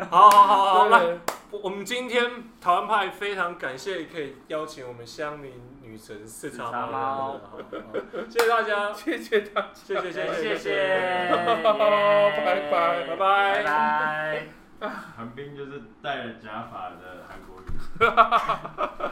Speaker 3: 好好好好，那
Speaker 2: 对
Speaker 3: 我我们今天台湾派非常感谢可以邀请我们乡民女神四叉
Speaker 4: 四叉猫
Speaker 3: 猫，好好谢谢大家，
Speaker 2: 谢谢大家，
Speaker 3: 谢谢谢
Speaker 4: 谢谢，
Speaker 2: 拜拜
Speaker 4: 耶
Speaker 3: 拜
Speaker 4: 拜
Speaker 3: 拜
Speaker 4: 拜。
Speaker 5: 韩冰就是戴了假发的韩国人。